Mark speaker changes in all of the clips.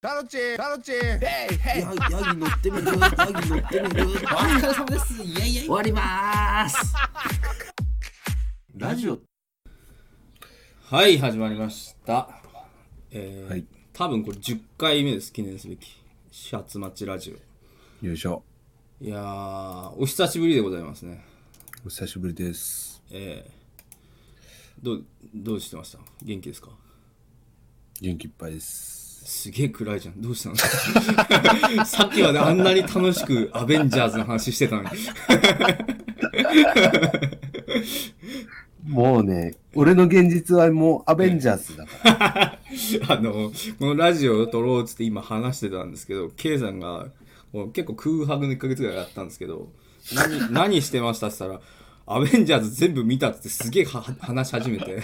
Speaker 1: タロチタロチヘイヘイ
Speaker 2: ヤヤギ乗ってみるヤギ乗ってみる
Speaker 3: お疲れ様です。いやいやい
Speaker 2: 終わりまーすラジオ
Speaker 3: はい、始まりました。えー
Speaker 1: はい
Speaker 3: 多分これ10回目です、記念すべき。シャツマチラジオ。
Speaker 1: よいしょ
Speaker 3: いやー、お久しぶりでございますね。
Speaker 1: お久しぶりです
Speaker 3: えー、どう、どうしてました元気ですか
Speaker 1: 元気いっぱいです
Speaker 3: すげえ暗いじゃん。どうしたの さっきまであんなに楽しくアベンジャーズの話してたのに。
Speaker 1: もうね俺の現実はもうアベンジャーズだから
Speaker 3: あの、このラジオを撮ろうっつって今話してたんですけど、K さんが、もう結構空白の1ヶ月ぐらいあったんですけど、 何、何してましたって言ったら、アベンジャーズ全部見たっつってすげえは話し始めて、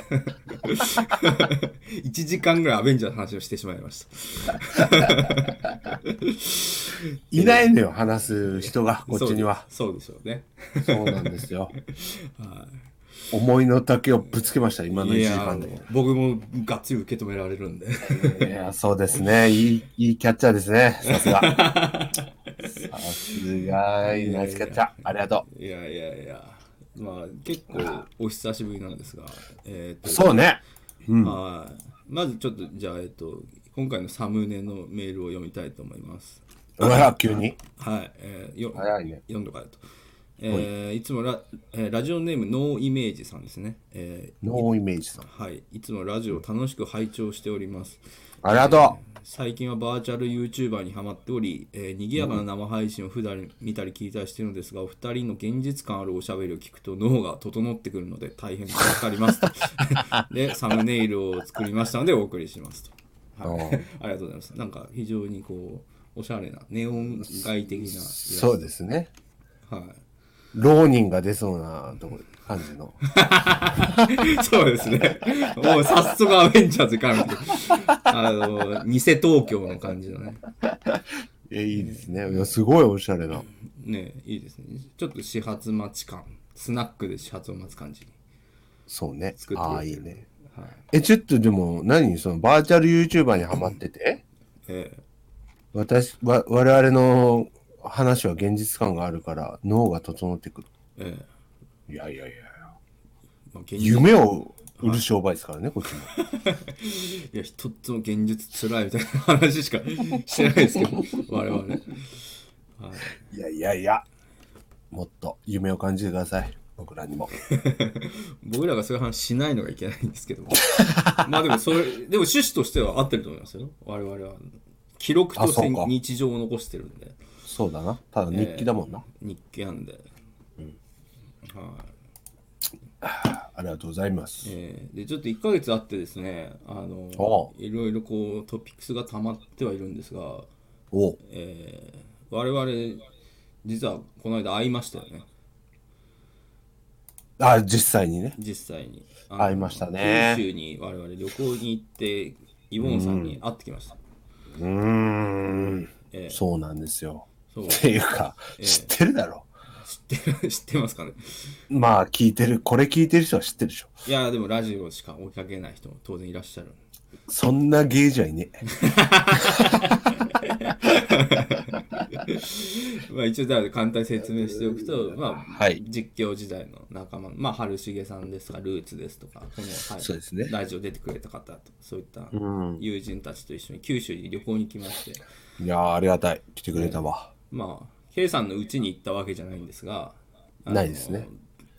Speaker 3: 1時間ぐらいアベンジャーズの話をしてしまいました。
Speaker 1: いないのよ話す人がこっちには
Speaker 3: そうで。そうでしょうね。
Speaker 1: そうなんです よ思いの丈をぶつけました今の1時
Speaker 3: いや
Speaker 1: 間
Speaker 3: ー、
Speaker 1: で
Speaker 3: 僕もがっつり受け止められるんで。
Speaker 1: いやそうですねいいいいキャッチャーですねさすがさすがいいナイスキャッチャーありがと
Speaker 3: いやいやいや、まあ結構お久しぶりなんですが、えー
Speaker 1: う
Speaker 3: と
Speaker 1: そうね
Speaker 3: はい。まずちょっと、じゃあ、えっと、今回のサムネのメールを読みたいと思います。
Speaker 1: うわ急に
Speaker 3: はい。えーよ
Speaker 1: 早いね
Speaker 3: 読んどかないと。えーいつもラ,、えーラジオネームノーイメージさんですね、え
Speaker 1: ノーイメージさん
Speaker 3: ーはい。いつもラジオを楽しく拝聴しております。
Speaker 1: ありがと
Speaker 3: 最近はバーチャル YouTuber にハマっており、えー、賑やかな生配信を普段見たり聞いたりしてるのですが、お二人の現実感あるおしゃべりを聞くと脳が整ってくるので大変助か りますと。で、サムネイルを作りましたのでお送りしますと。はい、ありがとうございます。なんか非常にこう、おしゃれな、ネオン外的なイラ
Speaker 1: う
Speaker 3: ス
Speaker 1: そうですね
Speaker 3: ト。はい
Speaker 1: 浪人が出そうなとこ感じの。
Speaker 3: そうですね。もう早速アベンジャーズから見て、あの、偽東京の感じのね。
Speaker 1: えいいですねいやすごいおしゃれな
Speaker 3: ねいいですねちょっと始発待ち感スナックで始発を待つ感じ
Speaker 1: そうね
Speaker 3: 作ってくれてる
Speaker 1: ああいいね
Speaker 3: はい
Speaker 1: えちょっとでも何そのバーチャル YouTuber にハマってて
Speaker 3: ええ
Speaker 1: 私わ我々の話は現実感があるから脳が整ってくる
Speaker 3: ええ
Speaker 1: いやいやいや
Speaker 3: まあ、現実
Speaker 1: 夢を売る商売ですからね、こっちも
Speaker 3: いや一つも現実つらいみたいな話しかしてないですけど我々
Speaker 1: いやいやいやもっと夢を感じてください僕らに も
Speaker 3: 僕らがそういう話しないのがいけないんですけど まあでもそれでも趣旨としては合ってると思いますよ我々は記録とし
Speaker 1: あ
Speaker 3: て
Speaker 1: そうか
Speaker 3: 日常を残してるんで
Speaker 1: そうだなただ日記だもんな、
Speaker 3: 日記なんで、はい
Speaker 1: ありがとうございます、
Speaker 3: えーでちょっと1ヶ月あってですねあの
Speaker 1: おう
Speaker 3: いろいろこうトピックスが溜まってはいるんですが、
Speaker 1: おう
Speaker 3: えー我々実はこの間会いましたよね
Speaker 1: あ実際にね
Speaker 3: 実際にあの
Speaker 1: 会いましたね
Speaker 3: 九州に我々旅行に行ってイボンさんに会ってきました、
Speaker 1: うーん
Speaker 3: ええ
Speaker 1: そうなんですよ。
Speaker 3: そう
Speaker 1: っていうか、知ってるだろ。
Speaker 3: 知ってる知ってますかね
Speaker 1: まあ、聞いてる、これ聞いてる人は知ってるでしょ。
Speaker 3: いやでもラジオしか追いかけない人も当然いらっしゃる
Speaker 1: そんなゲージはいねえ。
Speaker 3: まあ一応だから簡単に説明しておくと、まあ
Speaker 1: はい
Speaker 3: 実況時代の仲間、まあ、春重さんですとかルーツですとかこの、はい
Speaker 1: そうですね
Speaker 3: ラジオ出てくれた方とそういった
Speaker 1: ん
Speaker 3: 友人たちと一緒に九州に旅行に来まして、
Speaker 1: いやー、ありがたい。来てくれたわ。
Speaker 3: まあ K さんの家に行ったわけじゃないんですがあの
Speaker 1: ないですね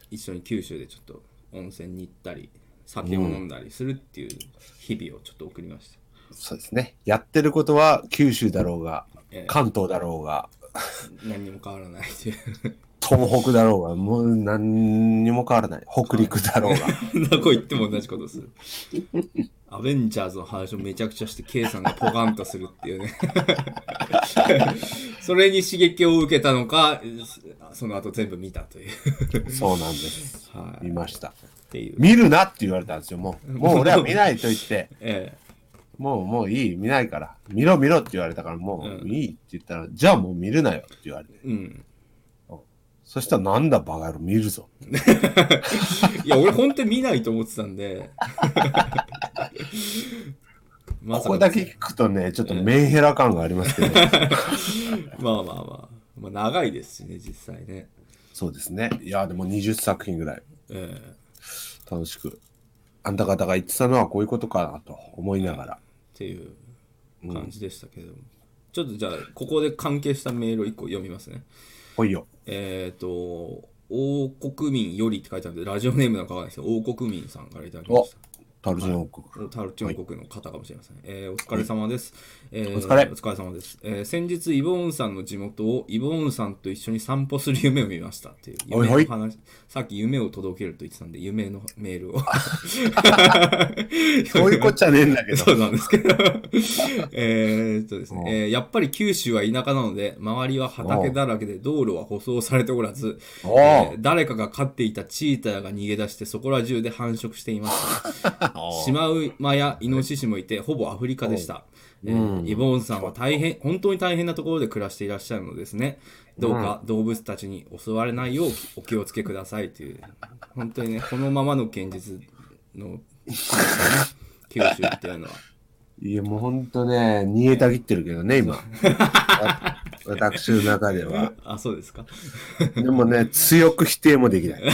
Speaker 3: 一緒に九州でちょっと温泉に行ったり酒を飲んだりするっていう日々をちょっと送りました、
Speaker 1: そうですね。やってることは、九州だろうが
Speaker 3: ええ、
Speaker 1: 関東だろうが、
Speaker 3: 何にも変わらないという
Speaker 1: 東北だろうが、もう何にも変わらない。北陸だろうが。
Speaker 3: どこ行っても同じことする。アベンジャーズの話をめちゃくちゃして、K さんがポカンとするっていうね。 それに刺激を受けたのか、その後全部見たという。
Speaker 1: そうなんです。
Speaker 3: はい。
Speaker 1: 見ました。
Speaker 3: っていう。
Speaker 1: 見るなって言われたんですよ、もう。もう俺は見ないと言って、
Speaker 3: え
Speaker 1: もうもういい、見ないから。見ろ見ろって言われたから、もういいって言ったら、じゃあもう見るなよって言われて。
Speaker 3: え。うん。
Speaker 1: そしたらなんだバカ野郎見るぞ。
Speaker 3: いや、俺本当に見ないと思ってたんで。 ま
Speaker 1: こ
Speaker 3: さ
Speaker 1: こ
Speaker 3: か
Speaker 1: だけ聞くとね、ちょっとメンヘラ感がありますけど、
Speaker 3: まあまあまあ。まあ、長いですしね、実際ね。
Speaker 1: そうですね。いや、でも20作品ぐらい
Speaker 3: ええ
Speaker 1: 楽しく、あんた方が言ってたのはこういうことかなと思いながら。
Speaker 3: っていう感じでしたけども、ちょっとじゃあここで関係したメールを1個読みますね
Speaker 1: ほいよ。
Speaker 3: えっ、と「王国民より」って書いてあるんでラジオネームなんかわかんないですけど王国民さんからいただきま
Speaker 1: お
Speaker 3: した、
Speaker 1: タルジン王国。
Speaker 3: タルチョン国の方かもしれません。えーお疲れ様です。えー
Speaker 1: お疲れ
Speaker 3: お疲れ様です。えー先日、イボーンさんの地元をイボーンさんと一緒に散歩する夢を見ましたっていう夢の
Speaker 1: おい
Speaker 3: 話、さっき夢を届けると言ってたんで、夢のメールを。
Speaker 1: そういうこっちゃねえんだけど。
Speaker 3: そうなんですけど。えーっとですね、えーやっぱり九州は田舎なので、周りは畑だらけで道路は舗装されておらず、え
Speaker 1: おう
Speaker 3: ー誰かが飼っていたチーターが逃げ出して、そこら中で繁殖していま した。シマウマやイノシシもいて、ほぼアフリカでした。えーイボーンさんは大変、本当に大変なところで暮らしていらっしゃるのですね。どうか動物たちに襲われないようお気をつけくださいという、本当にね、このままの現実の、九州っていうのは。
Speaker 1: いや、もうほんとね、逃げたぎってるけどね、 今。わ私の中では。
Speaker 3: あ、そうですか。
Speaker 1: でも ね、強く否定もできない。ほん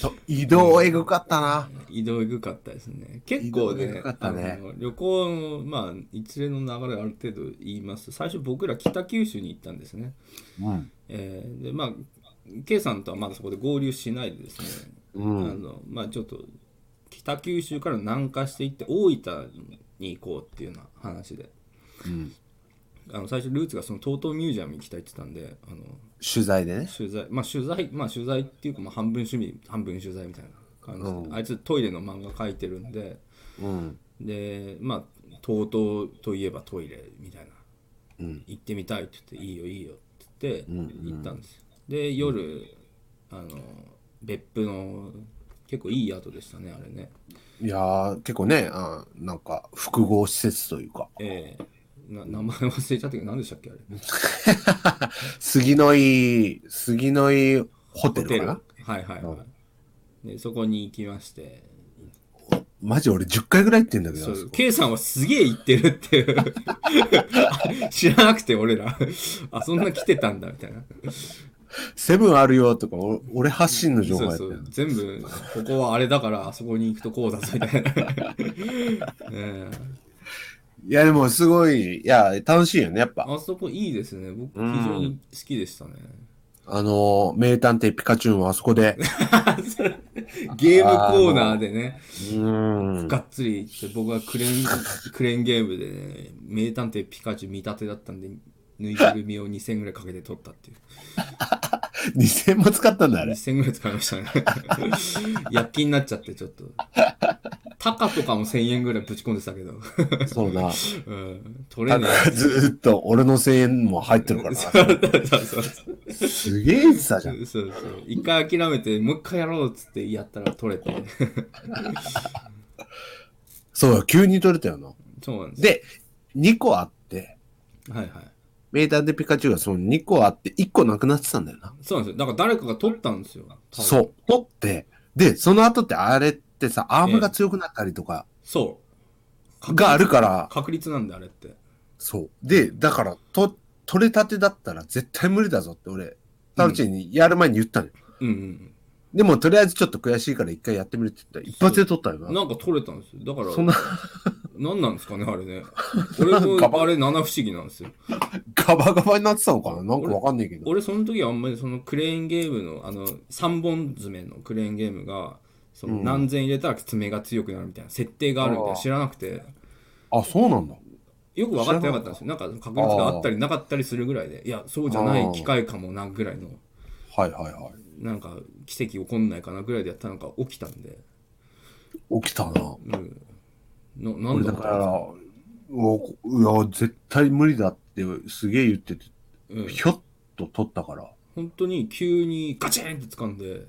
Speaker 1: と、移動エグかったな。
Speaker 3: 移動エグかったですね。結構
Speaker 1: 移動エ
Speaker 3: ね
Speaker 1: グか、ったね
Speaker 3: あの旅行の、まあ、一連の流れある程度言いますと、最初僕ら北九州に行ったんですね。
Speaker 1: うん。
Speaker 3: えーで、まあ、K さんとはまだそこで合流しないでですね、
Speaker 1: うん
Speaker 3: あのまあ、ちょっと北九州から南下していって大分に行こうっていうような話で、あの最初ルーツがその TOTO ミュージアムに行きたいって言ってたんであの
Speaker 1: 取材でね。
Speaker 3: 取材まあ取材まあ取材っていうかまあ半分趣味半分取材みたいな感じで、あいつトイレの漫画描いてるんで
Speaker 1: うん。
Speaker 3: でまあ TOTO といえばトイレみたいな、行ってみたいって言って「いいよいいよ」って言って行ったんですよ、で夜あの別府の結構いい宿でしたねあれね
Speaker 1: いやー、結構ね、あーなんか、複合施設というか、
Speaker 3: ええな名前忘れちゃったけど何でしたっけあれ
Speaker 1: 杉の井、杉の井ホテルかな
Speaker 3: はいはいはいでそこに行きまして
Speaker 1: マジ俺10回ぐらい行ってんだけど
Speaker 3: そ
Speaker 1: あそうこ
Speaker 3: K さんはすげえ行ってるっていう 知らなくて俺らあそんな来てたんだみたいな
Speaker 1: セブンあるよとか、お俺発信の情報
Speaker 3: そ
Speaker 1: や
Speaker 3: う
Speaker 1: って
Speaker 3: そ
Speaker 1: る
Speaker 3: う全部ここはあれだからあそこに行くとこうだぞみたいな、 ええ
Speaker 1: いや、でもすごい、いや、楽しいよね、やっぱ。
Speaker 3: あそこいいですね僕非常に好きでしたね、
Speaker 1: あのー、名探偵ピカチュウもあそこ で、
Speaker 3: ゲームコーナーでね
Speaker 1: うーん。
Speaker 3: がっつり行って僕はクレーンクレーンゲームでね名探偵ピカチュウ見立てだったんでぬいぐるみを2000ぐらいかけて取ったっていう
Speaker 1: 2000も使ったんだ、 あれ。
Speaker 3: 1000ぐらい使いましたね。 躍起になっちゃって、ちょっと。タカとかも1000円ぐらいぶち込んでたけど。
Speaker 1: そうな。
Speaker 3: うん。取れね
Speaker 1: ずーっと俺の声援も入ってるから
Speaker 3: え。
Speaker 1: な。
Speaker 3: そうそうそうそう。
Speaker 1: すげえ言ってたじゃん。
Speaker 3: そうそう。一回諦めて、もう一回やろうっつってやったら取れて。
Speaker 1: そうよ、急に取れたよな。
Speaker 3: そうなんです。
Speaker 1: で、2個あって、
Speaker 3: はいはい。
Speaker 1: 名探偵ピカチュウがその2個あって、1個なくなってたんだよな。
Speaker 3: そうなんですよ。だから誰かが取ったんですよ。多分
Speaker 1: そ。う。取って、で、その後ってあれってさ、アームが強くなったりとか
Speaker 3: そう。
Speaker 1: があるから、
Speaker 3: 確率なんで、あれって。
Speaker 1: そう。で、だから、と、取れたてだったら絶対無理だぞって俺、タルチンにやる前に言ったのよ。
Speaker 3: うんうん
Speaker 1: でも、とりあえずちょっと悔しいから一回やってみるって言ったら、一発で取ったよ
Speaker 3: うん。
Speaker 1: な。
Speaker 3: なんか取れたんですよ。だから、
Speaker 1: そんな、
Speaker 3: 何なんですかね、あれね。俺も、あれ、七不思議なんですよ。
Speaker 1: ガバガバになってたのかななんかわかんないけど。
Speaker 3: 俺その時はあんまりそのクレーンゲームのあの3本詰めのクレーンゲームがその何千入れたら爪が強くなるみたいな設定があるみたいな知らなくて
Speaker 1: あ、そうなんだ。
Speaker 3: よく分かってなかったんですよなんか確率があったりなかったりするぐらいでいやそうじゃない機械かもなぐらいの
Speaker 1: はいはいはい。
Speaker 3: なんか奇跡起こんないかなぐらいでやったのが起きたんで
Speaker 1: 起きたな。
Speaker 3: のなん
Speaker 1: 俺だ
Speaker 3: だろう
Speaker 1: から、うわこいや、絶対無理だってすげえ言ってて、
Speaker 3: うん
Speaker 1: ひょっと取ったから、
Speaker 3: 本当に急にガチーンって掴んで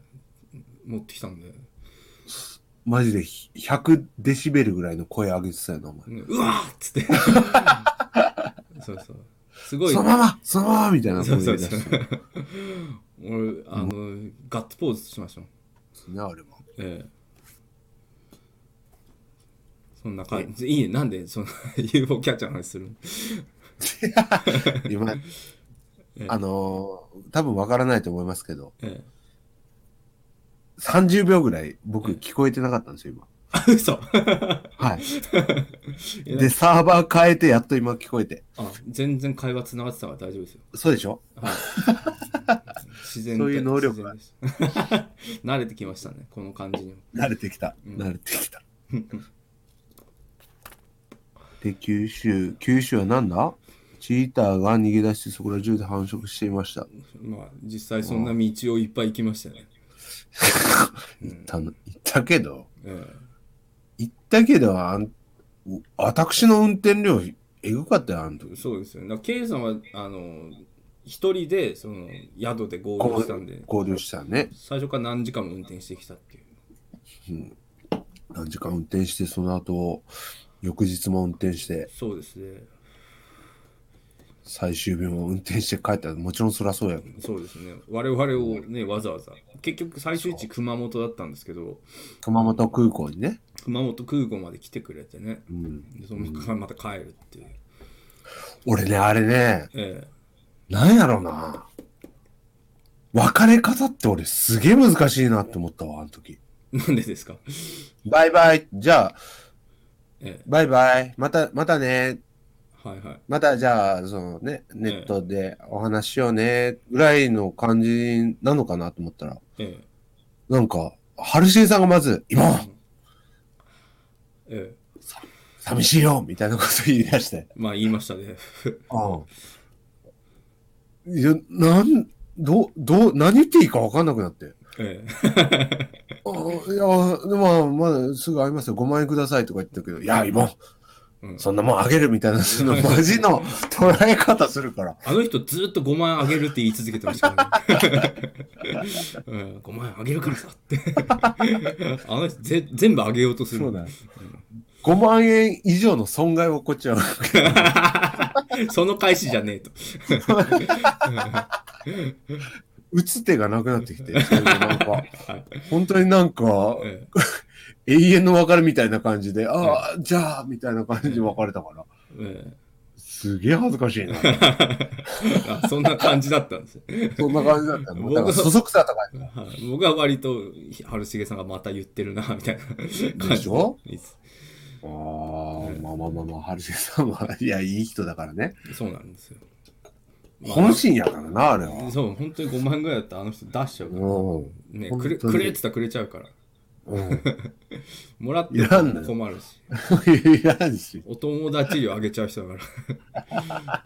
Speaker 3: 持ってきたんで
Speaker 1: マジでひ100デシベルぐらいの声上げてたよな、お前。
Speaker 3: うんうわーっつって そうそうすごい
Speaker 1: そのままそのままみたいな
Speaker 3: そ
Speaker 1: 声
Speaker 3: うそ
Speaker 1: 出
Speaker 3: う
Speaker 1: し
Speaker 3: そ
Speaker 1: て
Speaker 3: う。俺、あの、ガッツポーズしましたもん。
Speaker 1: たね、あれも。
Speaker 3: ええそんな感じ。いいね。なんで、そんな UFO キャッチャーの話するの
Speaker 1: 今
Speaker 3: ええ、
Speaker 1: あのー多分わからないと思いますけど、
Speaker 3: え
Speaker 1: 30秒ぐらい僕聞こえてなかったんですよ、今。
Speaker 3: え。嘘。
Speaker 1: はい。
Speaker 3: え
Speaker 1: で、サーバー変えて、やっと今聞こえて。
Speaker 3: あ、全然会話繋がってたから大丈夫ですよ。
Speaker 1: そうでしょ
Speaker 3: はい。自然
Speaker 1: そういう能力が
Speaker 3: 自然です 慣れてきましたね、この感じにも。
Speaker 1: 慣れてきた。慣れてきた。で、九州。九州はなんだチーターが逃げ出してそこら中で繁殖していました。
Speaker 3: まあ、実際そんな道をいっぱい行きましたね。
Speaker 1: 行ったの、行ったけど、
Speaker 3: え
Speaker 1: 行ったけど、あんお私の運転量、えぐかったよ、あの
Speaker 3: え
Speaker 1: 時。
Speaker 3: そうですよね。だから K さんは、あの、一人で、その、宿で合流したんで、
Speaker 1: 合流したね。
Speaker 3: 最初から何時間も運転してきたっていう。
Speaker 1: 何時間運転して、その後、翌日も運転して、
Speaker 3: そうですね。
Speaker 1: 最終日も運転して帰った。もちろんそりゃそうやけど。
Speaker 3: そうですね。我々をね、わざわざ。結局、最終地熊本だったんですけど、
Speaker 1: 熊本空港にね。
Speaker 3: 熊本空港まで来てくれてね。
Speaker 1: うん。
Speaker 3: でそのままた帰るっていう。
Speaker 1: 俺ね、あれね、
Speaker 3: ええ。
Speaker 1: なんやろな。別れ方って俺すげえ難しいなって思ったわ、あの時。
Speaker 3: なんでですか
Speaker 1: バイバイ。じゃあ、
Speaker 3: え
Speaker 1: バイバイ。また、またね。
Speaker 3: え。はいはい。
Speaker 1: またじゃあ、そのね、ネットでお話ししようね、ぐらいの感じなのかなと思ったら、
Speaker 3: ええ。
Speaker 1: なんか、春重さんがまず、今、
Speaker 3: ええ。
Speaker 1: 寂しいよみたいなこと言い出して。
Speaker 3: まあ言いましたね。
Speaker 1: うん。いや、なん、どう、どう、何言っていいかわかんなくなって。
Speaker 3: え
Speaker 1: あいや、でも、まだすぐ会いますよ。5万円くださいとか言ったけど、いや、今、
Speaker 3: え。うん
Speaker 1: そんなもんあげるみたいな、そのマジの捉え方するから。
Speaker 3: あの人ずっと5万円あげるって言い続けてまし たからね。うん、5万円あげるからさって。あの人ぜ全部あげようとする。
Speaker 1: だ。5万円以上の損害を起こっちゃう。
Speaker 3: その返しじ ゃねえと。
Speaker 1: 打つ手がなくなってきて、そういうなんか、
Speaker 3: はい
Speaker 1: 本当になんか、
Speaker 3: え
Speaker 1: 永遠の別れみたいな感じで、ああ、じゃあ、みたいな感じで別れたから、
Speaker 3: ええ
Speaker 1: すげえ恥ずかしいな。
Speaker 3: えあそんな感じだったんですよ。
Speaker 1: そんな感じだったの。
Speaker 3: 僕
Speaker 1: だから、そそくさとか言っ
Speaker 3: はい僕は割と春重さんがまた言ってるな、みたいな感じ
Speaker 1: でしょ
Speaker 3: いいっす
Speaker 1: たあーまあまあまあまあ、春瀬さんは、いや、いい人だからね。
Speaker 3: そうなんですよ。
Speaker 1: 本心やからな、あれは。
Speaker 3: そう、本当に5万円ぐらいだったらあの人出しちゃうから。
Speaker 1: うん。
Speaker 3: ね、
Speaker 1: 本
Speaker 3: く
Speaker 1: 当
Speaker 3: れ
Speaker 1: に
Speaker 3: くれって言ったらくれちゃうから。
Speaker 1: うん。
Speaker 3: もらって
Speaker 1: いらんの
Speaker 3: も
Speaker 1: よ
Speaker 3: 困るし。
Speaker 1: いらんし。
Speaker 3: お友達料あげちゃう人だから。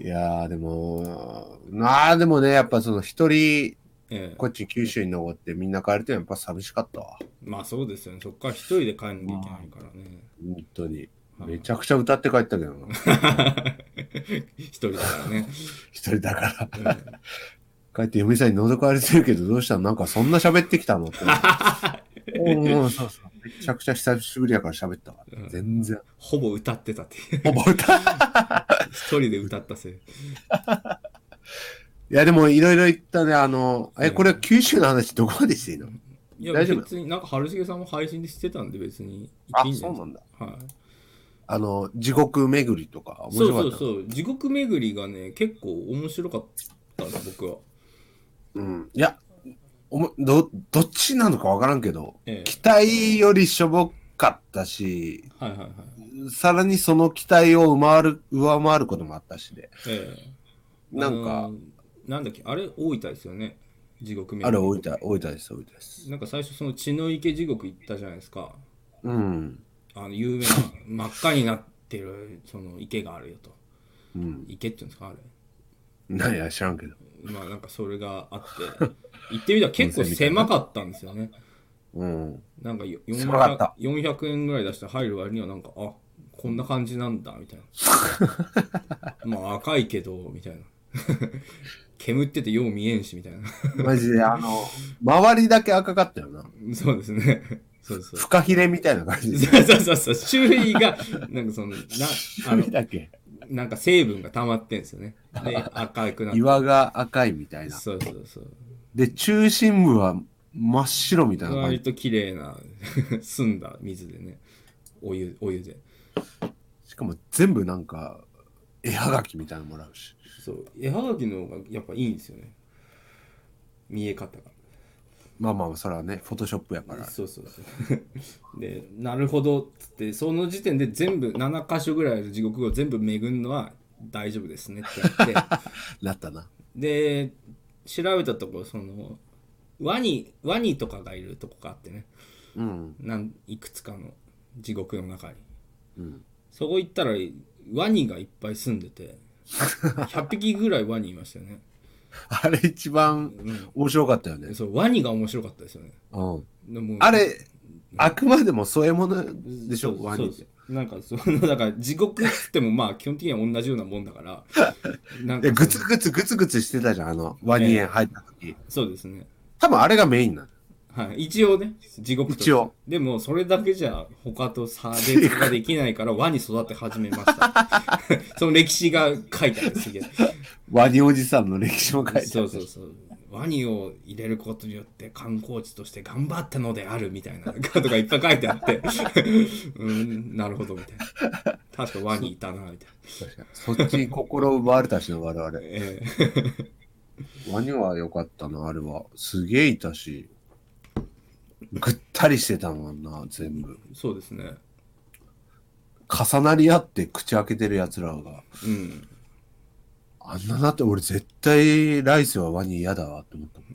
Speaker 1: いやー、でも、なあ、でもね、やっぱその一人、
Speaker 3: ええ、
Speaker 1: こっち九州に残ってみんな帰るとやっぱ寂しかったわ。
Speaker 3: まあそうですよね。そこから一人で帰んなきゃいけないからね。
Speaker 1: 本当に。
Speaker 3: はい
Speaker 1: めちゃくちゃ歌って帰ったけどな。
Speaker 3: 一人だからね。
Speaker 1: 一人だから。
Speaker 3: うん
Speaker 1: 帰って嫁さんに喉かわれてるけどどうしたのなんかそんな喋ってきたのって。うんうん、そうそう。めちゃくちゃ久しぶりやから喋ったわ。
Speaker 3: うん
Speaker 1: 全然。
Speaker 3: ほぼ歌ってたっていう。
Speaker 1: ほぼ歌。い
Speaker 3: 一人で歌ったせい。
Speaker 1: や、でもいろいろ言ったね。あの、え、
Speaker 3: うん
Speaker 1: これは九州の話どこまでしていいの
Speaker 3: いや、
Speaker 1: 大丈夫
Speaker 3: 別に、なんか春重さんも配信でしてたんで別に。
Speaker 1: あ
Speaker 3: いい、んじ
Speaker 1: そう
Speaker 3: ゃない
Speaker 1: なんだ。
Speaker 3: はい。
Speaker 1: あの、地獄巡りとか。面
Speaker 3: そう
Speaker 1: 白かった
Speaker 3: そうそう。地獄巡りがね、結構面白かったんです、僕は。
Speaker 1: うんいや、おもどどっちなのか分からんけど、
Speaker 3: え
Speaker 1: 期待よりしょぼかったし、
Speaker 3: え。はいはいはい。
Speaker 1: さらにその期待を上回る上回ることもあったしで、
Speaker 3: ええ。
Speaker 1: なん
Speaker 3: あ
Speaker 1: か、
Speaker 3: のー。なんだっけ、あれ大分ですよね。地獄巡り。
Speaker 1: あれ、大分、大分です、大分です。
Speaker 3: なんか最初その血の池地獄行ったじゃないですか。
Speaker 1: うん。
Speaker 3: あの有名な真っ赤になってるその池があるよと。
Speaker 1: うん。
Speaker 3: 池っていうんですかあれ。
Speaker 1: なんや、知らんけど。
Speaker 3: まあなんかそれがあって。行ってみたら結構狭かったんですよね。
Speaker 1: うん。
Speaker 3: なんかよ
Speaker 1: 狭かっ
Speaker 3: 400,
Speaker 1: た
Speaker 3: 400円ぐらい出して入る割にはなんか、あこんな感じなんだみたい な。まあ赤いけど、みたいな。 煙っててよう見えんしみたいな。
Speaker 1: マジで、あの、周りだけ赤かったよな。
Speaker 3: そうですね。そうそう。
Speaker 1: フカヒレみたいな感じで。
Speaker 3: そうそうそうそう。周囲が、なんかその、な、あ
Speaker 1: 周
Speaker 3: の
Speaker 1: り、だけ。
Speaker 3: なんか成分が溜まってんですよね。で、赤くなって。
Speaker 1: 岩が赤いみたいな。
Speaker 3: そうそうそう。
Speaker 1: で、中心部は真っ白みたいな感
Speaker 3: 割
Speaker 1: じ。
Speaker 3: と綺麗な 澄んだ水でねお湯お湯で
Speaker 1: しかも全部なんか、絵はがきみたいなのもらうし。
Speaker 3: そう絵はがきの方がやっぱいいんですよね見え方
Speaker 1: まあまあ、それはね、フォトショップやか
Speaker 3: が
Speaker 1: ら。
Speaker 3: そうそうそう でなるほどっつってその時点で全部7箇所ぐらいの地獄を全部巡るのは大丈夫ですねって やって
Speaker 1: なったな。
Speaker 3: で調べたところそのワニワニとかがいるとこがあってね
Speaker 1: うん。
Speaker 3: なんいくつかの地獄の中に
Speaker 1: うん。
Speaker 3: そこ行ったらワニがいっぱい住ん でて100匹ぐらいワニいましたよね、
Speaker 1: あれ一番面白かったよね。
Speaker 3: そうワニが面白かったですよね
Speaker 1: うん。
Speaker 3: でも
Speaker 1: あれ、あくまでも添え物でし
Speaker 3: そ
Speaker 1: ょ、
Speaker 3: う
Speaker 1: ワ
Speaker 3: そう
Speaker 1: ニ
Speaker 3: で。す なんかそのだから地獄っつってもまあ基本的には同じようなもんだから なん
Speaker 1: いや、
Speaker 3: か
Speaker 1: グツグツグツグツしてたじゃん、あの、ワニ園入った時。
Speaker 3: そうですね
Speaker 1: 多分あれがメインなの。
Speaker 3: はい、一応ね地獄として
Speaker 1: 一応
Speaker 3: でもそれだけじゃ他と差別ができないからワニ育て始めました その歴史が書いてあるんですけど
Speaker 1: ワニおじさんの歴史も書いてある。
Speaker 3: そうそうそう。ワニを入れることによって観光地として頑張ったのであるみたいなことがいっぱい書いてあって、 うん、なるほどみたいな。確かワニいたな、みたいな。
Speaker 1: 確かにそっちに心を奪われたしの我々。
Speaker 3: ええ
Speaker 1: ワニは良かったな、あれは。すげえいたし。ぐったりしてたもんな、全部。
Speaker 3: そうですね。
Speaker 1: 重なり合って口開けてる奴らが。
Speaker 3: うん。
Speaker 1: あんななって、俺絶対来世はワニ嫌だわって思ったも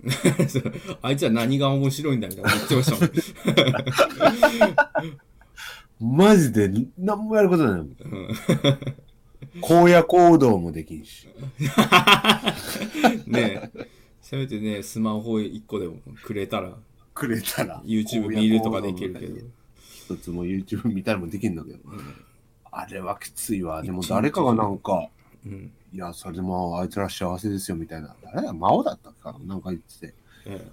Speaker 1: ん。
Speaker 3: そう あいつは何が面白いんだみたいな思ってました
Speaker 1: マジで何もやることないもん。
Speaker 3: もん。
Speaker 1: 荒野行動もできんし。
Speaker 3: うん、ねえ。せめてね、スマホ1個でもくれたら、
Speaker 1: くれたら。
Speaker 3: YouTube 見るとかできるけど。
Speaker 1: 一つも YouTube 見たりもできるんだけど。あれはきついわ。でも誰かがなんか、
Speaker 3: うん。
Speaker 1: いや、それでもあいつら幸せですよみたいな。誰だ、魔王だったっけかななんか言ってて。
Speaker 3: え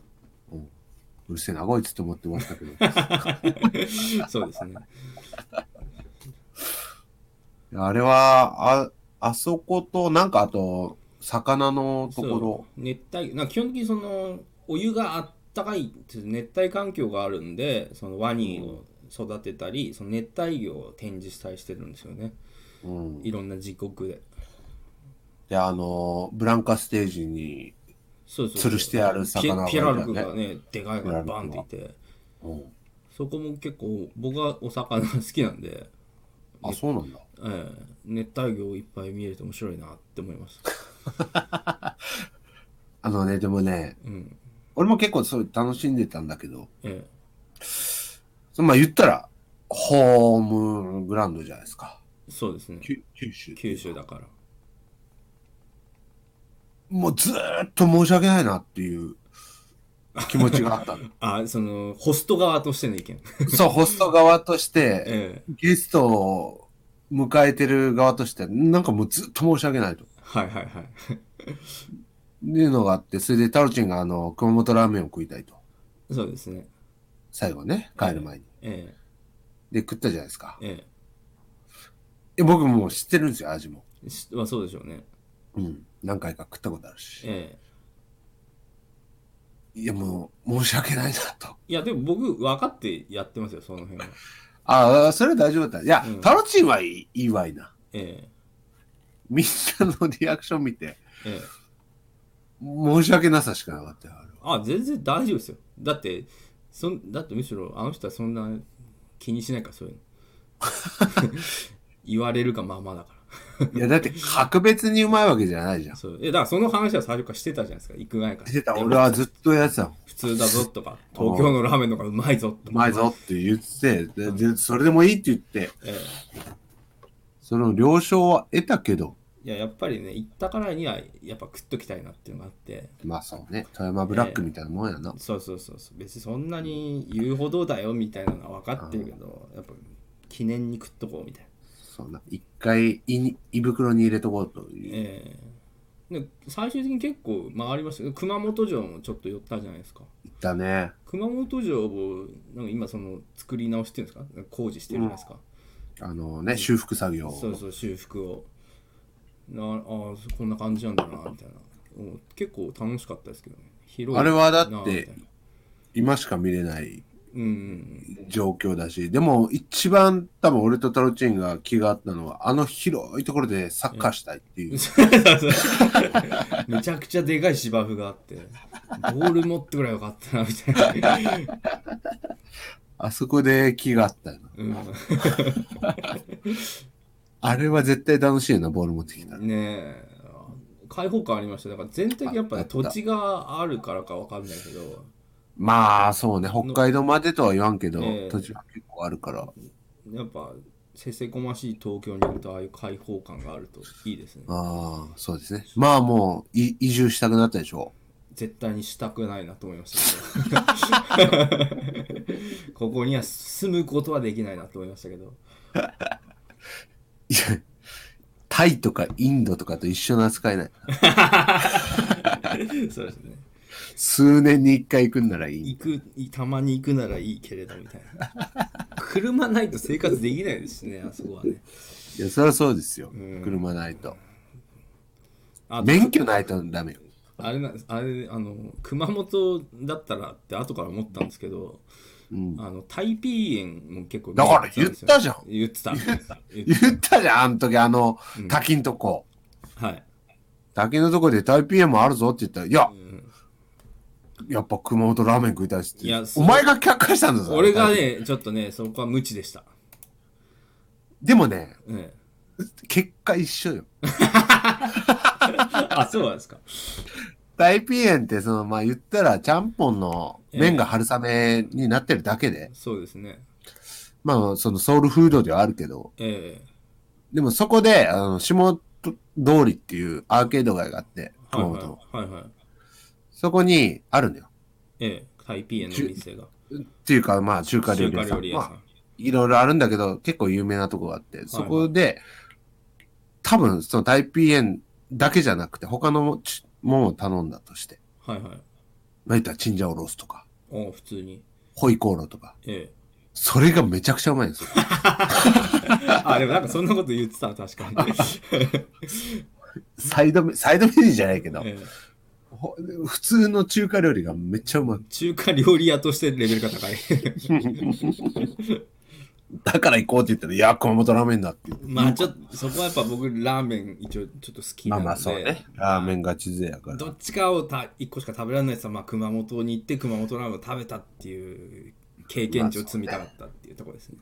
Speaker 1: うるせえな、こいつって思ってましたけど。い
Speaker 3: え、そうですね。
Speaker 1: やあれは、あ、あそこと、なんかあと、魚のところ。
Speaker 3: そう熱帯なんか基本的にそのお湯があったかいっていう熱帯環境があるんでそのワニを育てたり、その熱帯魚を展示したりしてるんですよね
Speaker 1: うん。
Speaker 3: いろんな時刻で
Speaker 1: で、あの、ブランカステージに、
Speaker 3: そうそう
Speaker 1: 吊るしてある魚がい
Speaker 3: ピピエ
Speaker 1: た
Speaker 3: ラ
Speaker 1: よね
Speaker 3: ルクがねでかいのがバンっていて
Speaker 1: うん
Speaker 3: そこも結構僕はお魚好きなんで、
Speaker 1: あ、そうなんだ。
Speaker 3: ええ熱帯魚をいっぱい見れて面白いなって思いました
Speaker 1: あのね、でもね、
Speaker 3: うん
Speaker 1: 俺も結構そう楽しんでたんだけど、
Speaker 3: え
Speaker 1: そまあ言ったら、ホームグラウンドじゃないですか。
Speaker 3: えそうですね
Speaker 1: 九九州。
Speaker 3: 九州だから
Speaker 1: もうずーっと申し訳ないなっていう気持ちがあった の
Speaker 3: あそのホスト側としての意見
Speaker 1: そう、ホスト側として、
Speaker 3: ええ
Speaker 1: ゲストを迎えてる側として、なんかもうずっと申し訳ないと。
Speaker 3: はいはいはい
Speaker 1: いうのがあって、それでタロチンがあの、熊本ラーメンを食いたいと。
Speaker 3: そうですね。
Speaker 1: 最後ね、帰る前に。
Speaker 3: え
Speaker 1: で、食ったじゃないですか。
Speaker 3: え、え
Speaker 1: え僕もう知ってるんですよ、味も。
Speaker 3: え。しまあそうでしょうね。
Speaker 1: うん。何回か食ったことあるし。
Speaker 3: ええ。
Speaker 1: いや、もう、申し訳ないなと。
Speaker 3: いや、でも僕、分かってやってますよ、その辺は。
Speaker 1: ああ、それは大丈夫だった。いや、
Speaker 3: うん
Speaker 1: タロチンはいいいいわいな。
Speaker 3: ええ。
Speaker 1: みんなのリアクション見て、
Speaker 3: ええ。
Speaker 1: 申し訳なさしかなかったよ、あれは
Speaker 3: あ、全然大丈夫ですよ。だって、そんだってむしろ、あの人はそんな気にしないから、そういうの。 言われるがままだか
Speaker 1: いや、だって格別にうまいわけじゃないじゃ
Speaker 3: ら。
Speaker 1: ん。
Speaker 3: そう。え、だからその話は最初からしてたじゃないですか、行く前から。
Speaker 1: してた、
Speaker 3: でも
Speaker 1: 俺はずっとやってたの
Speaker 3: 普通だぞとか、東京のラーメンの方がうまいぞと
Speaker 1: う
Speaker 3: か。
Speaker 1: まいぞって言ってでで、それでもいいって言って、
Speaker 3: ええ。
Speaker 1: その了承は得たけど、
Speaker 3: いや、やっぱりね、行ったからには、やっぱ食っときたいなっていうのがあって。
Speaker 1: まあそうね、富山ブラックみたいなもんやな。
Speaker 3: そうそうそうそう別にそんなに言うほどだよみたいなのは分かってるけどやっぱ記念に食っとこうみたいな
Speaker 1: そうな。一回胃に、胃袋に入れとこうという。
Speaker 3: ええで最終的に結構回りましたけど熊本城もちょっと寄ったじゃないですか
Speaker 1: 言ったね。
Speaker 3: 熊本城をなんか今その作り直してるんですか工事してるじゃないですか、
Speaker 1: あのね、修復作業。
Speaker 3: そうそう修復をなああこんな感じなんだなみたいなうん結構楽しかったですけどね広い
Speaker 1: あれはだって
Speaker 3: なあみたいな
Speaker 1: 今しか見れない
Speaker 3: うんうん
Speaker 1: 状況だし、でも一番多分俺とタロチンが気があったのは、あの広いところでサッカーしたいっていう
Speaker 3: うん。そうそうそうめちゃくちゃでかい芝生があってボール持ってくればよかったなみたいな、
Speaker 1: あそこで気があったよな。
Speaker 3: う
Speaker 1: あれは絶対楽しいよな、ボール持ってきたら。
Speaker 3: ん、ねえ開放感ありましただから全体的にやっぱ、
Speaker 1: ああ
Speaker 3: ね、
Speaker 1: った
Speaker 3: 土地があるからかわかんないけど
Speaker 1: まあ、そうね、北海道までとは言わんけど、
Speaker 3: ええ
Speaker 1: 土地は結構あるから。
Speaker 3: やっぱせせこましい東京にいるとああいう開放感があるといいですね
Speaker 1: ああ、そうですね。まあもう、い移住したくなったでしょ
Speaker 3: 絶対にしたくないなと思いましたけど ここには住むことはできないなと思いましたけど
Speaker 1: う。いや、タイとかインドとかと一緒の扱いない。
Speaker 3: そうですね
Speaker 1: 数年に一回行くんならいい
Speaker 3: 行。くたまに行くならいいけれどみたいな車ないと生活できないですねあそこはね
Speaker 1: いや、そりゃそうですよ
Speaker 3: ん。
Speaker 1: 車ないと。
Speaker 3: あ
Speaker 1: 免許ないとダメよ。
Speaker 3: あれなあれあの熊本だったらって後から思ったんですけど、
Speaker 1: ん
Speaker 3: あのタイピー炎も結構
Speaker 1: だから言ったじゃん
Speaker 3: 言ってた言ってた言って
Speaker 1: 言ったじゃん、あの時、あの、滝んとこ。
Speaker 3: たはい
Speaker 1: 滝のとこでタイピーエンもあるぞって言ったら、いや、やっぱ熊本ラーメン食いたいっすって
Speaker 3: いやそう
Speaker 1: お前が却下したんだぞ。
Speaker 3: 俺が。ねちょっとねそこは無知でした、
Speaker 1: でもね、
Speaker 3: ええ
Speaker 1: 結果一緒よ。
Speaker 3: あそうなんですか
Speaker 1: タイピーエンって、その、まあ言ったら、ちゃんぽんの麺が春雨になってるだけで、
Speaker 3: そうですね
Speaker 1: まあ、そのソウルフードではあるけど、
Speaker 3: え
Speaker 1: でもそこで、あの、下通りっていうアーケード街があって、
Speaker 3: えは
Speaker 1: 熊
Speaker 3: い
Speaker 1: 本の。
Speaker 3: はいはいはい
Speaker 1: そこにあるのよ。
Speaker 3: ええタイピー炎の店が
Speaker 1: っていうか、まあ、中華料理
Speaker 3: 中華
Speaker 1: 屋さ
Speaker 3: 料
Speaker 1: ん。
Speaker 3: 理
Speaker 1: ま
Speaker 3: 屋さん、
Speaker 1: あ、いろいろあるんだけど、結構有名なとこがあって、そこで、多分、そのタイピーエンだけじゃなくて、他のもちものを頼んだとして、
Speaker 3: はいはい
Speaker 1: まあ言ったらチンジャオロースとか、
Speaker 3: お普通に
Speaker 1: ホイコーローとか、
Speaker 3: ええ
Speaker 1: それがめちゃくちゃうまいんです よ。
Speaker 3: あでもなんかそんなこと言ってた確 かに、
Speaker 1: サイドメ、サイドメニューじゃないけど、
Speaker 3: ええ
Speaker 1: ほ普通の中華料理がめっちゃうまい。
Speaker 3: 中華料理屋としてレベル が高い
Speaker 1: だから行こうって言ったら、いや、熊本ラーメンだって言って。
Speaker 3: まあちょっとそこはやっぱ僕ラーメン一応ちょっと好き
Speaker 1: ま
Speaker 3: な
Speaker 1: あま
Speaker 3: ので、
Speaker 1: あそうね。ラーメンがち勢やから。
Speaker 3: どっちかをた1個しか食べられないやつは、まあ、熊本に行って熊本ラーメンを食べたっていう経験値を積みたかったっていうところですね。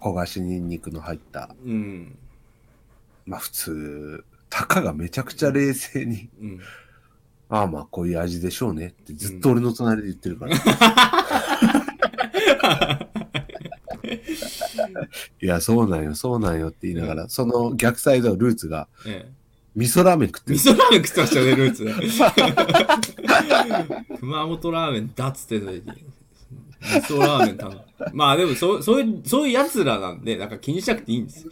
Speaker 1: 焦がしにんにくの入った。
Speaker 3: うん。
Speaker 1: まあ普通、たかがめちゃくちゃ冷静に、
Speaker 3: うん、
Speaker 1: ああまあこういう味でしょうねってずっと俺の隣で言ってる から。いや、そうなんよ、そうなんよって言いながら、その逆サイドのルーツが、
Speaker 3: ええ。
Speaker 1: 味噌ラーメン食って
Speaker 3: 味
Speaker 1: る。
Speaker 3: 噌ラーメン食ってましたよね、ルーツ。 熊本ラーメンだっつってんのに。味噌ラーメン頼む。まあでもそう、そういう、そういう奴らなんで、なんか気にしなくていいんです。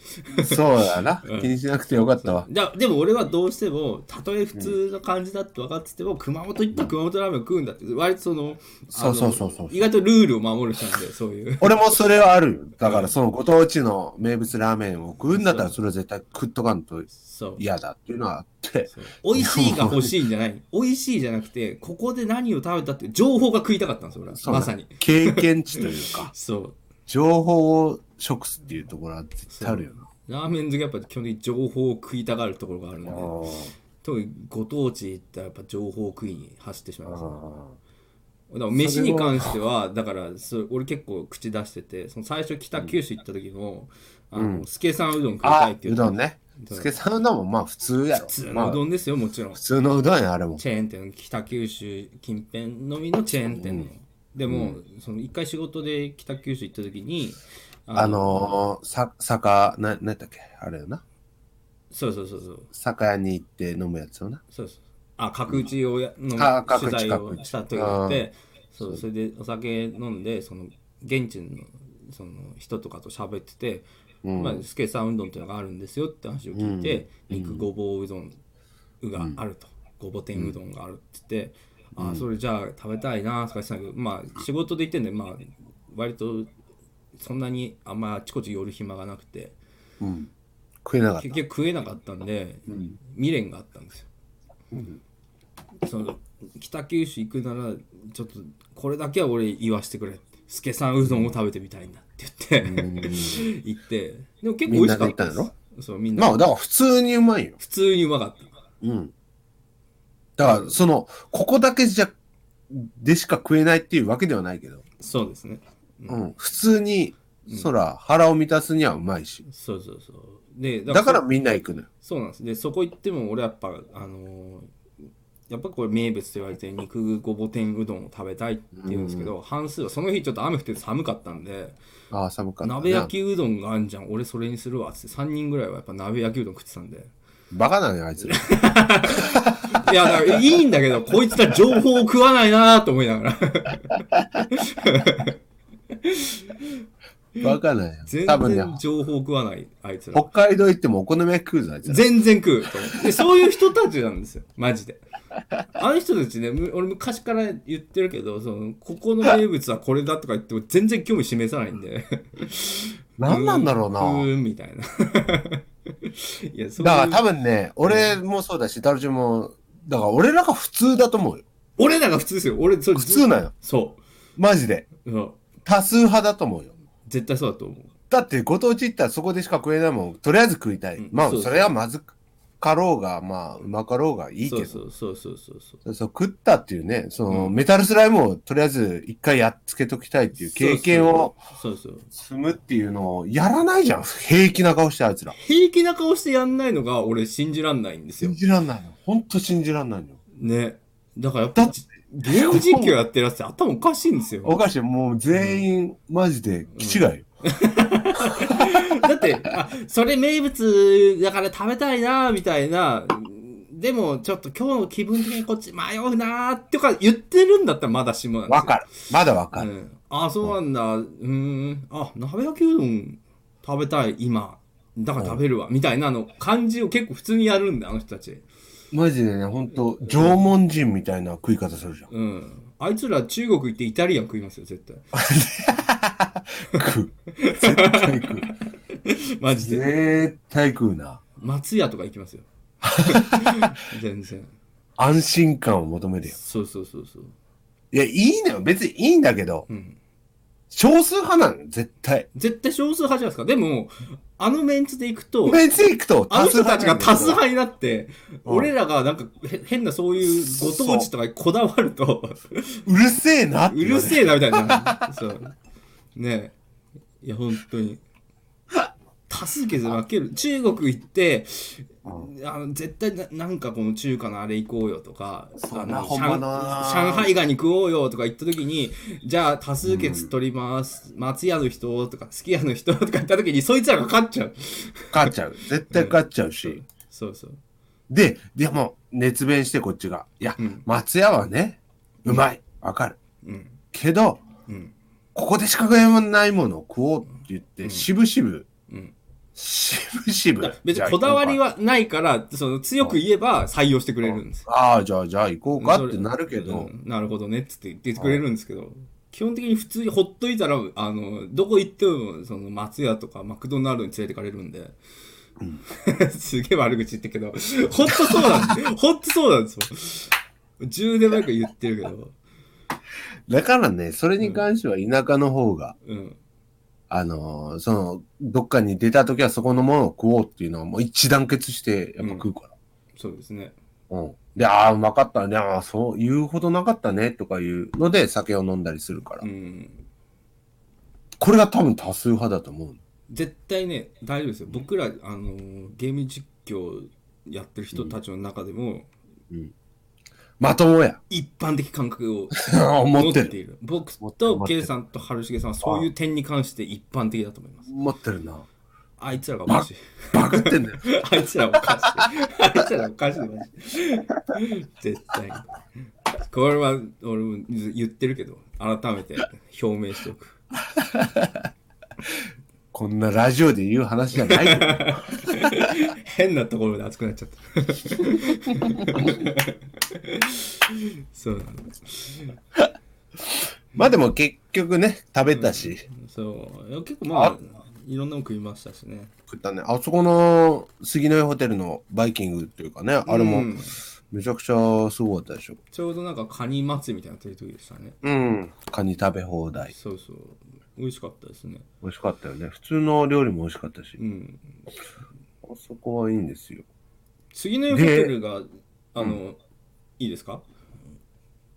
Speaker 1: そうだな。
Speaker 3: うん
Speaker 1: 気にしなくてよかったわ。
Speaker 3: だでも俺はどうしてもたとえ普通の感じだって分かってても、熊本行ったら熊本ラーメン食うんだって割とそのあ
Speaker 1: そ
Speaker 3: の
Speaker 1: うそうそうそう
Speaker 3: 意外とルールを守る人なんでそういう
Speaker 1: 俺もそれはあるよ。だからそのご当地の名物ラーメンを食うんだったらそれは絶対食っとかんと
Speaker 3: そう
Speaker 1: 嫌だっていうのはあって。
Speaker 3: 美味しいが欲しいんじゃない美味しいじゃなくてここで何を食べたっていう情報が食いたかったんです俺は
Speaker 1: そうね
Speaker 3: まさに
Speaker 1: 経験値という か、
Speaker 3: そう
Speaker 1: 情報を食すっていうところは絶対あるよな。
Speaker 3: ラーメン好きはやっぱ基本的に情報を食いたがるところがあるんで特にご当地行ったらやっぱ情報を食いに走ってしまいますねだから飯に関してはだからそう俺結構口出しててその最初北九州行った時も、あのスケさんうどん食いた
Speaker 1: あ
Speaker 3: いって言
Speaker 1: う
Speaker 3: って
Speaker 1: どんね。つけさんうどんもまあ普通やろ。
Speaker 3: 普通
Speaker 1: ま
Speaker 3: の
Speaker 1: あ
Speaker 3: うどんですよもちろん
Speaker 1: 普通のうどんや、あれも。
Speaker 3: チェーン店北九州近辺のみのチェーン店の、でも、その一回仕事で北九州行った時に
Speaker 1: あのー、さ、酒、な、なんだっけあれよな。
Speaker 3: そうそうそうそう
Speaker 1: 酒屋に行って飲むやつよな。
Speaker 3: そうそうあ角打ちをやの
Speaker 1: あ角打
Speaker 3: 取
Speaker 1: ち
Speaker 3: 材
Speaker 1: 角
Speaker 3: を
Speaker 1: 打ち
Speaker 3: した時があってそうそれでお酒飲んでその現地のその人とかと喋ってて、まあ、スケさんうどんっていうのがあるんですよって話を聞いて、肉ごぼううどんがあると、ごぼ天うどんがあるって言って、ああそれじゃあ食べたいなとか言ってたけどまあ仕事で行ってんでまあ割とそんなにあんまあちこち寄る暇がなくて
Speaker 1: 食えなかった
Speaker 3: 結。局食えなかったんで、未練があったんですよ、その北九州行くならちょっとこれだけは俺言わしてくれ助さんうどんを食べてみたいんだって言って行ってでも結構美味しかったで
Speaker 1: みんなで行っ
Speaker 3: すそうみんな、
Speaker 1: まあ、だから普通にうまいよ。
Speaker 3: 普通にうまかった
Speaker 1: うん。だから、その、ここだけじゃ、でしか食えないっていうわけではないけど、
Speaker 3: そうですね
Speaker 1: うん。普通に、そら、腹を満たすにはうまいし。
Speaker 3: そうそうそうで
Speaker 1: だからみんな行くのよ。
Speaker 3: そうなんですでそこ行っても俺やっぱあのーやっぱこれ名物と言われてる肉ごぼ天うどんを食べたいって言うんですけど、半数はその日ちょっと雨降ってて寒かったんで
Speaker 1: ああ、寒かったな。
Speaker 3: 鍋焼きうどんがあんじゃん俺それにするわっつって3人ぐらいはやっぱ鍋焼きうどん食ってたんで
Speaker 1: バカなのよ、 あいつら。
Speaker 3: いやだからいいんだけどこいつら情報を食わないなーと思いながら
Speaker 1: バカなんよ。
Speaker 3: 全
Speaker 1: 多分ね、
Speaker 3: 然情報を食わないあいつら
Speaker 1: 北海道行ってもお好み焼き食うぞ、あいつら。
Speaker 3: 全然食うと思うでそういう人たちなんですよマジであの人たちねむ俺昔から言ってるけどそのここの名物はこれだとか言っても全然興味示さないんで
Speaker 1: 何なんだろう
Speaker 3: う
Speaker 1: な。
Speaker 3: ーんみたいな いやそう
Speaker 1: だから
Speaker 3: いう
Speaker 1: 多分ね、俺もそうだし、ダルジュも、だから俺らが普通だと思うよ。
Speaker 3: 俺らが普通ですよ俺それ
Speaker 1: 普通なんよ。
Speaker 3: そ
Speaker 1: マジで。
Speaker 3: ううん
Speaker 1: 多数派だと思うよ。
Speaker 3: 絶対そうだと思う
Speaker 1: だってご当地行ったらそこでしか食えないもん、とりあえず食いたい。
Speaker 3: うん
Speaker 1: まあ、
Speaker 3: そうそう
Speaker 1: それはまずかろうが、まあ、うまかろうがいいけど。そ
Speaker 3: そうそうそうそうそう
Speaker 1: う食ったっていうね、その、
Speaker 3: うん
Speaker 1: メタルスライムをとりあえず一回やっつけときたいっていう経験を
Speaker 3: そうそうそう
Speaker 1: 積むっていうのをやらないじゃん。平気な顔してあいつら。
Speaker 3: 平気な顔してやんないのが俺信じらんないんですよ
Speaker 1: 信じらんないの。ほんと信じらんないの。
Speaker 3: ねだからやっぱゲーム実況やってるやつって頭おかしいんですよ
Speaker 1: おかしい。もう全員、マジで、気違いよ。
Speaker 3: だって、あ、それ名物だから食べたいなみたいな、でもちょっと今日の気分的にこっち迷うなーってか言ってるんだったらまだしもなんですよ
Speaker 1: わかる。まだわか
Speaker 3: う
Speaker 1: る。
Speaker 3: んあ、そうなんだ。うーん。あ、鍋焼きうどん食べたい、今。だから食べるわ。みたいなの、感じを結構普通にやるんだ、あの人たち。
Speaker 1: マジでね、ほんと、縄文人みたいな食い方するじゃん。
Speaker 3: うん。あいつら中国行ってイタリアン食いますよ、 絶対。
Speaker 1: 食う。絶対食う。
Speaker 3: マジで。
Speaker 1: 絶対食うな。
Speaker 3: 松屋とか行きます よ。全然。
Speaker 1: 安心感を求めるよ。
Speaker 3: そうそうそうそう。
Speaker 1: いや、いいのよ。別にいいんだけど、
Speaker 3: うん。
Speaker 1: 少数派なのよ、絶対。
Speaker 3: 絶対少数派じゃないですか。でも、あのメンツで行くと、
Speaker 1: 別に行くと
Speaker 3: あの人たちが多数
Speaker 1: なんだ
Speaker 3: 派になって、
Speaker 1: うん
Speaker 3: 俺らがなんかへ変なそういうご当地とかにこだわると、
Speaker 1: けどうるせえなって
Speaker 3: う
Speaker 1: 言われる
Speaker 3: るせえなみたいな。そう。ねえ。いや、本当に。多数決で分ける。中国行って、あの絶対ななんかこの中華のあれ行こうよとか、
Speaker 1: そう
Speaker 3: あ
Speaker 1: な
Speaker 3: の
Speaker 1: ほん
Speaker 3: 上
Speaker 1: まな
Speaker 3: 上海ガニ食おうよとか言った時に、じゃあ多数決取ります、松屋の人とか、すき家の人とか言った時に、そいつらが勝っちゃう。
Speaker 1: 勝っちゃう。絶対勝っちゃうし。
Speaker 3: そうそう。
Speaker 1: で、でも、熱弁してこっちが。いや、
Speaker 3: うん
Speaker 1: 松屋はね、うまい。わかる。
Speaker 3: うん。
Speaker 1: けど、
Speaker 3: うん。
Speaker 1: ここでしか食えないものを食おうって言って、しぶしぶ、
Speaker 3: うん。
Speaker 1: しぶしぶ。
Speaker 3: 別
Speaker 1: じゃあ
Speaker 3: にこだわりはないから、その強く言えば採用してくれるんです。
Speaker 1: ああ、じゃあ、じゃあ行こうかってなるけ
Speaker 3: う
Speaker 1: ど、
Speaker 3: んなるほどねっつって言ってくれるんですけど、基本的に普通にほっといたらあのどこ行ってもその松屋とかマクドナルドに連れてかれるんで、 すげえ悪口言ってるけどほんとそうな んですほんとそうなんですよ10年前から言ってるけど、
Speaker 1: だからね、それに関しては田舎の方が、
Speaker 3: うん、
Speaker 1: あのーその、どっかに出た時はそこのものを食おうっていうのはもう一致団結して、やっぱ食うから。
Speaker 3: そうですね
Speaker 1: うん。で、ああ、うまかったね。ああ、そう、言うほどなかったね。とかいうので、酒を飲んだりするから。
Speaker 3: うん
Speaker 1: これが多分多数派だと思う。
Speaker 3: 絶対ね大丈夫ですよ僕らあのゲーム実況やってる人たちの中でも、
Speaker 1: まともや。
Speaker 3: 一般的感覚を
Speaker 1: 思って
Speaker 3: 持って
Speaker 1: る。
Speaker 3: いる僕
Speaker 1: 持ってる
Speaker 3: と
Speaker 1: 持ってる
Speaker 3: K さんと春重さんはそういう点に関して一般的だと思います
Speaker 1: 思ってるな。
Speaker 3: あいつらがおかしい
Speaker 1: バグってんだよ。
Speaker 3: あいつらおかしいあいつらおかしいマジで絶対にこれは俺も言ってるけど改めて表明しておく
Speaker 1: こんなラジオで言う話じゃ ないよ。
Speaker 3: 変なところで熱くなっちゃったそうなんだ
Speaker 1: まあでも結局ね、食べたし。
Speaker 3: そういや結構まあいろんなの食いましたしね
Speaker 1: 食ったね。あそこの杉の湯ホテルのバイキングというかね、あれも、
Speaker 3: うん
Speaker 1: めちゃくちゃすごかったでしょ。
Speaker 3: ちょうどなんかカニ祭りみたいなのやってる時でしたね
Speaker 1: うん。カニ食べ放題。
Speaker 3: そうそう美味しかったですね
Speaker 1: 美味しかったよね。普通の料理も美味しかったし
Speaker 3: う。ん
Speaker 1: あそこはいいんですよ。
Speaker 3: 次のホテルがあの、いいですか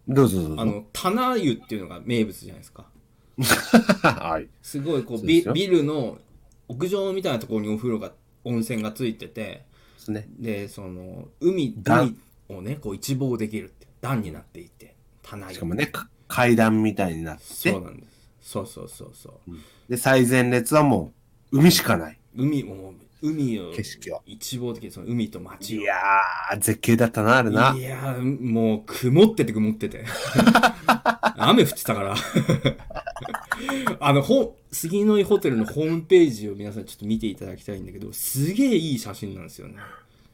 Speaker 1: どうぞどう
Speaker 3: あ
Speaker 1: ぞ。
Speaker 3: の棚湯っていうのが名物じゃないですか
Speaker 1: はい。
Speaker 3: すごいこう
Speaker 1: そうで
Speaker 3: ビ
Speaker 1: すよ
Speaker 3: ビルの屋上みたいなところにお風呂が温泉がついてて
Speaker 1: ですね。
Speaker 3: でその海
Speaker 1: 段
Speaker 3: 海をねこう一望できるって段になっていて棚湯
Speaker 1: しかもね、か階段みたいになって
Speaker 3: そうなんですそうそうそうそう
Speaker 1: で、最前列はもう、海しかない。
Speaker 3: 海も海を
Speaker 1: 景色を
Speaker 3: 一望できるその海と街を
Speaker 1: いやー、絶景だったな、あれな。
Speaker 3: いやーもう曇ってて曇っ てて雨降ってたからあのほ杉の井ホテルのホームページを皆さんちょっと見ていただきたいんだけどすげえいい写真なんですよね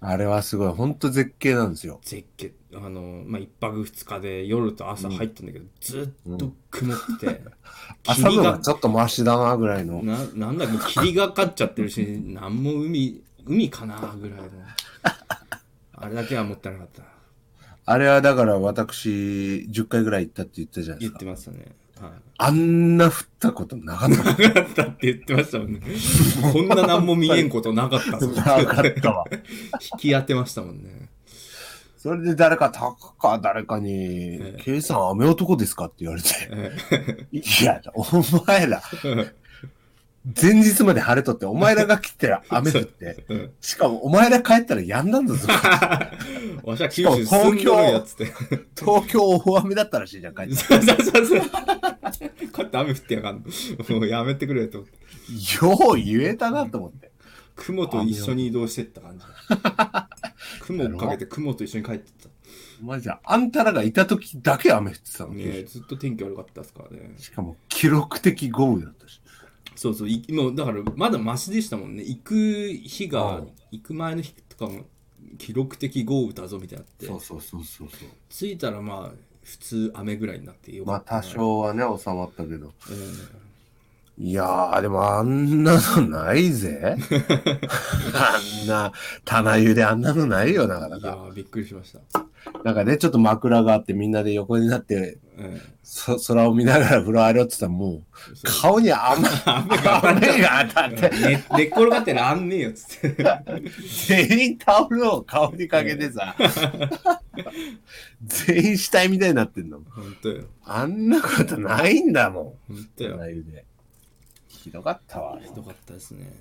Speaker 1: あれはすごい、ほんと絶景なんですよ。
Speaker 3: 絶景あの、まあ、1泊2日で夜と朝入ったんだけど、ずっと曇ってて、
Speaker 1: 朝
Speaker 3: 霧
Speaker 1: の
Speaker 3: が
Speaker 1: がちょっとマシだな、ぐらいの。
Speaker 3: ななんだもう霧がかっちゃってるしなんも海海かなぐらいのあれだけはもったいなかった
Speaker 1: あれはだから私、10回ぐらい行ったって言ったじゃないで
Speaker 3: 言
Speaker 1: す
Speaker 3: っ
Speaker 1: か
Speaker 3: て。ましたねはい
Speaker 1: あんな降ったことなかった。
Speaker 3: なかったって言ってましたもんね。こんな何も見えんことなかったぞ。
Speaker 1: なかった わ。
Speaker 3: 引き当てましたもん ね。
Speaker 1: それで誰か、たかか誰かに
Speaker 3: え、え
Speaker 1: ケイさん雨男ですかって言われて。
Speaker 3: え
Speaker 1: いや、お前ら、前日まで晴れとって、お前らが来たら雨降 って。
Speaker 3: うん
Speaker 1: しかも、お前ら帰ったらやんだんだ ぞ。
Speaker 3: わしは九州住んどるやつって。
Speaker 1: 東京大雨だったらしいじゃん、帰って。
Speaker 3: そうそうそうそう。こうやって雨降ってやがんの。もうやめてくれよと思って。
Speaker 1: よう言えたなと思って。
Speaker 3: 雲と一緒に移動してった感じ。雲をかけて雲と一緒に帰ってっ
Speaker 1: マジで、あんたらがいた時だけ雨降ってた
Speaker 3: た。
Speaker 1: の。
Speaker 3: ねえずっと天気悪かったですからね。
Speaker 1: しかも、記録的豪雨だったし。
Speaker 3: そうそう、いもうだからまだマシでしたもんね。行く日が、行く前の日とかも記録的豪雨だぞみたいになって。
Speaker 1: そうそうそうそうそう。
Speaker 3: 着いたらまあ普通雨ぐらいになってよ
Speaker 1: ま
Speaker 3: か
Speaker 1: あ、
Speaker 3: ったな
Speaker 1: 多、少はね、収まったけど。
Speaker 3: え
Speaker 1: いやー、でもあんなのない ぜ。あんな、棚湯であんなのないよ、なか
Speaker 3: え
Speaker 1: ない
Speaker 3: や
Speaker 1: か。
Speaker 3: ーびっくりしました、
Speaker 1: なんかね、ちょっと枕があってみんなで横になって、
Speaker 3: え
Speaker 1: そ空を見ながら風呂入ろうって言ったらもう、
Speaker 3: えそう
Speaker 1: 顔に雨
Speaker 3: 雨
Speaker 1: 雨が当た って、
Speaker 3: ね寝っ転がってらあんねえよっつって
Speaker 1: 全員タオルを顔にかけてさ、全員死体みたいになってんの。
Speaker 3: 本当よ
Speaker 1: あんなことないんだも
Speaker 3: 本当
Speaker 1: ん。
Speaker 3: よ
Speaker 1: ライブで。ひどかったわ。
Speaker 3: ひどかったですね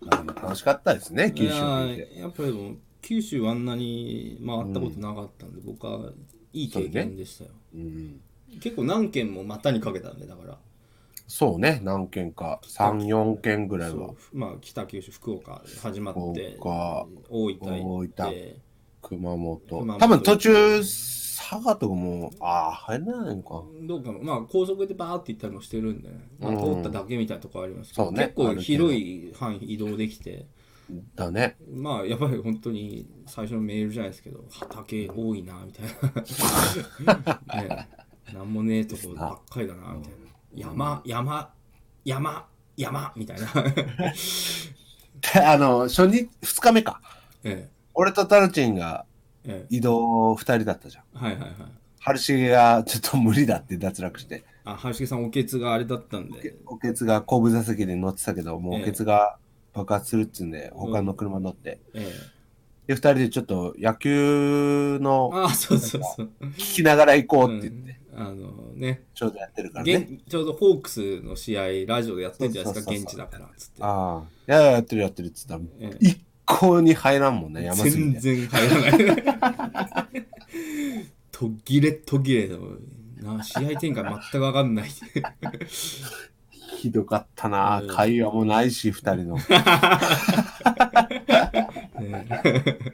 Speaker 1: まあでも楽しかったですね、
Speaker 3: い
Speaker 1: 九
Speaker 3: や
Speaker 1: 州にいて。
Speaker 3: ーやっぱりもう九州はあんなに回ったことなかったんで、僕はいい経験でしたよ、
Speaker 1: うん
Speaker 3: 結構何件も股にかけたんでだから
Speaker 1: そうね、何件か。3、4件ぐらいは
Speaker 3: そ。うまあ北九州福岡始まって
Speaker 1: 福岡
Speaker 3: 大分行って
Speaker 1: 大熊本。
Speaker 3: 熊本
Speaker 1: 多分途中、佐賀とかも、ああ、入らないのか。
Speaker 3: どうかなまあ高速でバーって行ったりもしてるんで、まあ、
Speaker 1: うん
Speaker 3: 通っただけみたいなとこありますけど、
Speaker 1: そうね
Speaker 3: 結構広い範囲移動できて
Speaker 1: だね。
Speaker 3: まあやっぱり本当に最初のメールじゃないですけど畑多いなみた いなねなんもねえとこばっかりだなみたいな山山山山 みたいな、
Speaker 1: であの、初日、2日目か。
Speaker 3: ええ
Speaker 1: 俺とタルチンが
Speaker 3: ええ、
Speaker 1: 移動2人だったじゃん。
Speaker 3: はいはいはい
Speaker 1: 春重がちょっと無理だって脱落して、
Speaker 3: あ林家さんおけつがあれだったんで
Speaker 1: おけつが後部座席で乗ってたけど、もう
Speaker 3: ええ
Speaker 1: おけつが爆発するっつうんで、他の車乗って。
Speaker 3: え
Speaker 1: で、
Speaker 3: え
Speaker 1: 2人でちょっと野球の
Speaker 3: あそうそうそう、
Speaker 1: 聞きながら行こ
Speaker 3: う
Speaker 1: うって言って、
Speaker 3: ん、あのね
Speaker 1: ちょうどやってるからね。
Speaker 3: 現ちょうどホークスの試合、ラジオでやってるじゃないですか、
Speaker 1: そうそう
Speaker 3: 現
Speaker 1: そう
Speaker 3: 地だからっつって。
Speaker 1: ああ、いややってるやってるっつったら、
Speaker 3: ええ
Speaker 1: 一向に入らんもんね、山すぎ
Speaker 3: 全
Speaker 1: て。
Speaker 3: 然入らない。途切れ途切れだもんな試合展開全く分かんない。
Speaker 1: ひどかったな、
Speaker 3: うん
Speaker 1: 会話もないし、2人 の。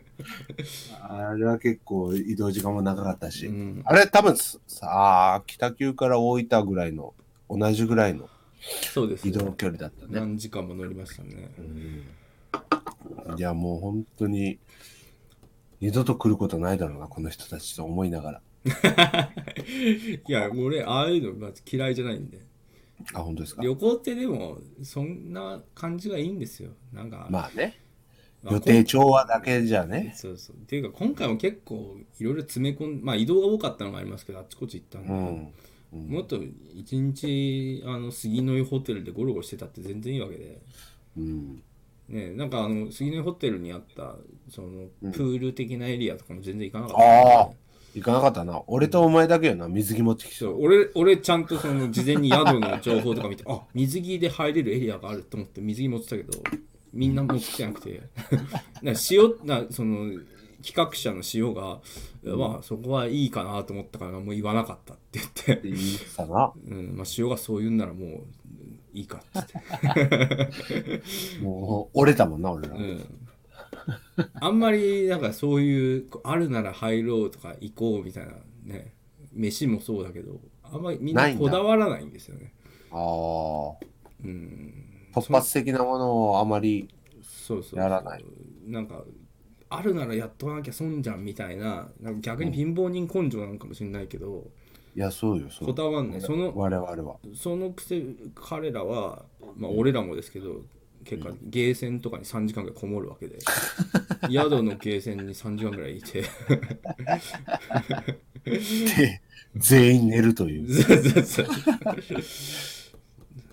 Speaker 1: あれは結構移動時間も長かったし。
Speaker 3: うん
Speaker 1: あれ多分さあ、北九から大分ぐらいの、同じぐらいの
Speaker 3: そうです
Speaker 1: 移
Speaker 3: ね、
Speaker 1: 動距離だったね。
Speaker 3: 何時間も乗りましたね。
Speaker 1: いや、もう本当に、二度と来ることないだろうな、この人たちと思いながら。
Speaker 3: いや、俺、ああいうのまず嫌いじゃないんで。
Speaker 1: あ、本当ですか
Speaker 3: 旅行ってでも、そんな感じがいいんですよ。なんか、
Speaker 1: まあね。
Speaker 3: まあ
Speaker 1: 予定調和だけじゃね。
Speaker 3: そうそう。っていうか、今回も結構いろいろ詰め込んまあ移動が多かったのがありますけど、あっちこっち行ったんで、
Speaker 1: うん。
Speaker 3: もっと一日、あの、杉の湯ホテルでゴロゴロしてたって全然いいわけで、
Speaker 1: うん。
Speaker 3: ね、なんかあの、杉の湯ホテルにあった、その、プール的なエリアとかも全然行かなかったんで、
Speaker 1: ああ、行かなかったな。俺とお前だけよな、水着持ってきて
Speaker 3: そ。う俺俺ちゃんとその事前に宿の情報とか見てあ水着で入れるエリアがあると思って水着持ってたけどみんな持ってきてな くてな塩なその企画者の塩が、まあそこはいいかなと思ったからもう言わなかったって言って、
Speaker 1: 言ってたな。
Speaker 3: うんまあ、塩がそう言うんならもううんいいかっつって、
Speaker 1: もう、折れたもんな、俺ら。
Speaker 3: うん、あんまりなんかそういうこうあるなら入ろうとか行こうみたいなね飯もそうだけどあんまりみん
Speaker 1: な
Speaker 3: ない
Speaker 1: んだ
Speaker 3: こだわらないんですよね
Speaker 1: ああ。
Speaker 3: うん
Speaker 1: 突発的なものをあまり、
Speaker 3: そうそう
Speaker 1: やらない
Speaker 3: なんかあるならやっとかなきゃ損じゃんみたいななんか逆に貧乏人根性なのかもしれないけど、
Speaker 1: いや、そうよ、そ
Speaker 3: こ
Speaker 1: う。
Speaker 3: だわんないその
Speaker 1: 我々は。
Speaker 3: そのくせ彼らはまあ俺らもですけど結果ゲーセンとかに3時間ぐらいこもるわ けで宿のゲーセンに3時間ぐらいいて
Speaker 1: で、全員寝るという。
Speaker 3: ずずず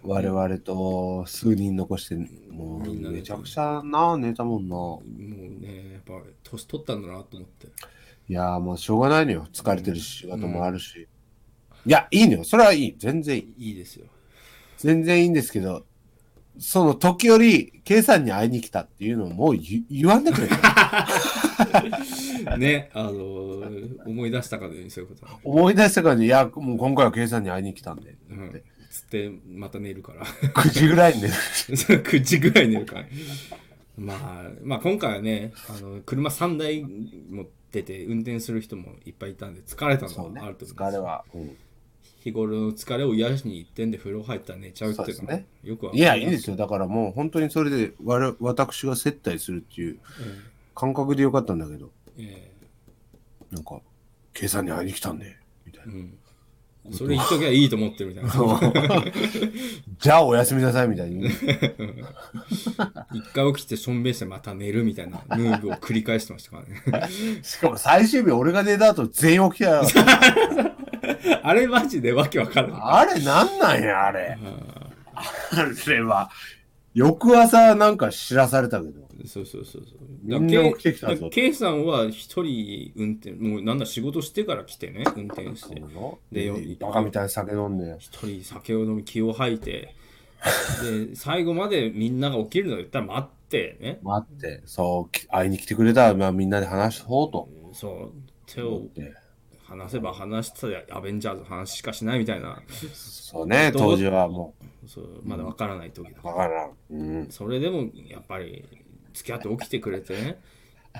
Speaker 1: 我々と数人残して、も
Speaker 3: みんな
Speaker 1: う、
Speaker 3: 寝た
Speaker 1: めちゃくちゃな、寝たもんな。
Speaker 3: もうねやっぱ年取ったんだなと思って
Speaker 1: いやー、もうしょうがないのよ。疲れてるし、仕事もあるし。いや、いいのよ。それはいい。全然いい。
Speaker 3: いいですよ
Speaker 1: 全然いいんですけど、その時折、K さんに会いに来たっていうのをもう言言わんでくれ。
Speaker 3: ねあのー思い出したかのようにそういうことは、
Speaker 1: 思い出したからに、いや、もう今回は K さんに会いに来た んで。
Speaker 3: うん、つってまた寝るから
Speaker 1: 9時ぐらいに寝る。
Speaker 3: 9時ぐらい寝るからまあ、まあ今回はねあの車3台持ってて運転する人もいっぱいいたんで疲れたの
Speaker 1: そうね
Speaker 3: はあると思うんです
Speaker 1: 疲れは。うん
Speaker 3: 日頃の疲れを癒しに行ってんで風呂入ったら寝ちゃうっていうの
Speaker 1: そうですね
Speaker 3: よくわか
Speaker 1: い
Speaker 3: る
Speaker 1: や、いいんですよ。だからもう本当にそれで我々私が接待するっていう感覚でよかったんだけど、
Speaker 3: え
Speaker 1: なんか、K さんに会いに来たんで、みたい
Speaker 3: え
Speaker 1: な。
Speaker 3: うん、それ言っときゃいいと思ってるみ たいな
Speaker 1: じゃあおやすみなさい、みたい に。
Speaker 3: 一回起きてしょんべんしてまた寝るみたいなムーブを繰り返してましたからね
Speaker 1: しかも最終日俺が寝た後全員起きたよ。
Speaker 3: あれマジでわけわからない
Speaker 1: あれなんなんや、あれ。あれは、翌朝なんか知らされたけど。
Speaker 3: そうそうそうそう。
Speaker 1: みんな起きてきたぞ
Speaker 3: だから K さんは一人運転、もうなんだ仕事してから来てね、運転して。でよ
Speaker 1: バカみたいに酒飲んで。
Speaker 3: 一人酒を飲み気を吐いて、で、最後までみんなが起きるのを言ったら待ってね、
Speaker 1: 待って、そう、き会いに来てくれたら、まあ、みんなで話そうと。
Speaker 3: そう、手を
Speaker 1: で
Speaker 3: 離せば離したらアベンジャーズの話しかしないみたいな、
Speaker 1: そうね、
Speaker 3: どう
Speaker 1: 当時はも
Speaker 3: そうまだわからない時だ
Speaker 1: う、。わからん。うん。
Speaker 3: それでもやっぱり付き合って起きてくれてね。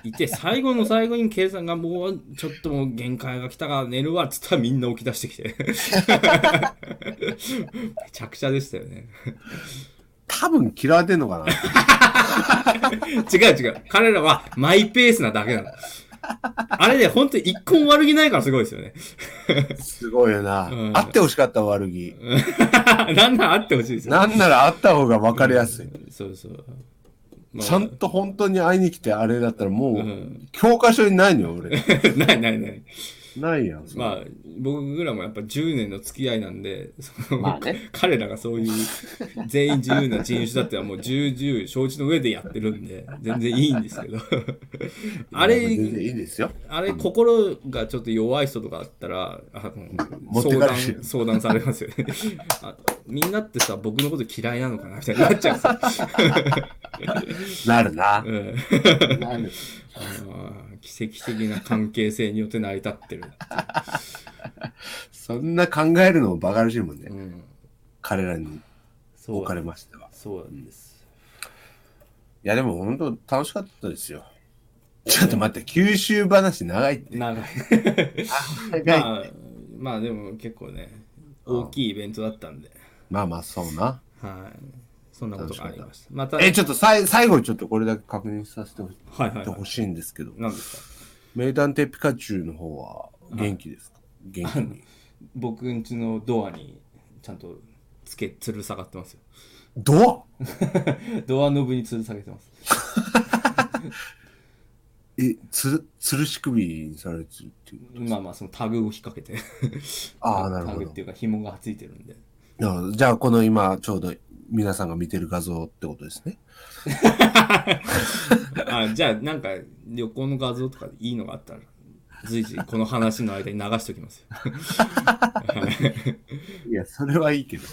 Speaker 3: いて最後の最後に K さんがもうちょっともう限界が来たから寝るわっつったらみんな起き出してき てめちゃくちゃでしたよね
Speaker 1: 多分嫌われてんのかな。
Speaker 3: 違う違う彼らはマイペースなだけなのあれで本当に一個も悪気ないからすごいですよね
Speaker 1: すごいよな。
Speaker 3: うん
Speaker 1: 会ってほしかった悪気。
Speaker 3: なんなんあってほしいですよ
Speaker 1: なんなら会った方が分かりやすい。
Speaker 3: そうそう、まあ
Speaker 1: ちゃんと本当に会いに来てあれだったらもう、
Speaker 3: ん
Speaker 1: 教科書にないのよ、 俺。
Speaker 3: ないないない
Speaker 1: ないやん。それ
Speaker 3: まあ僕らもやっぱ10年の付き合いなんでその、
Speaker 1: まあね
Speaker 3: 彼らがそういう全員自由な人種だってはもう重々承知の上でやってるんで全然いいんで すけどあ
Speaker 1: 全然
Speaker 3: れ
Speaker 1: いいですよ。
Speaker 3: あれ心がちょっと弱い人とかあったらあ
Speaker 1: 持
Speaker 3: の
Speaker 1: って
Speaker 3: 相
Speaker 1: かれ
Speaker 3: 談
Speaker 1: るよ
Speaker 3: 相談されますよねあみんなってさ僕のこと嫌いなのかなみたいになっちゃうさ、
Speaker 1: なるな
Speaker 3: う。ん
Speaker 1: なる。
Speaker 3: あの奇跡的な関係性によって成り立ってる、
Speaker 1: そんな考えるのもバカらしいもんね。
Speaker 3: うん、
Speaker 1: 彼らに
Speaker 3: そ
Speaker 1: 置か
Speaker 3: う
Speaker 1: れましては。
Speaker 3: そうなんです
Speaker 1: いや、でも本当楽しかったですよ。ちょっと待って、九州話長いって。
Speaker 3: 長い
Speaker 1: い。
Speaker 3: まあ、まあでも結構ね、大きいイベントだったんで、
Speaker 1: まあまあ、そうな。
Speaker 3: はい。そんなことがありました。また、
Speaker 1: え、ちょっとさい最後にちょっとこれだけ確認させてほし
Speaker 3: はいはい、はい
Speaker 1: ほ。しいんですけど、
Speaker 3: 何ですか
Speaker 1: 名探偵ピカチュウの方は元気です か元気に。
Speaker 3: 僕ん家のドアにちゃんとつけ、吊る下 がってますよ。
Speaker 1: ドア
Speaker 3: ドアノブに吊る下げてます。
Speaker 1: え、つ、つるし首にされてるっていうことです
Speaker 3: まあまあ、そのタグを引っ掛けて。
Speaker 1: あ あ、なるほ
Speaker 3: タグ
Speaker 1: ど
Speaker 3: っていうか、紐がついてるんで。
Speaker 1: なるほど。じゃあ、この今、ちょうど皆さんが見てる画像ってことですね。
Speaker 3: あじゃあ、なんか、旅行の画像とかでいいのがあったら、随時、この話の間に流しておきますよ。はい
Speaker 1: いや、それはいいけど。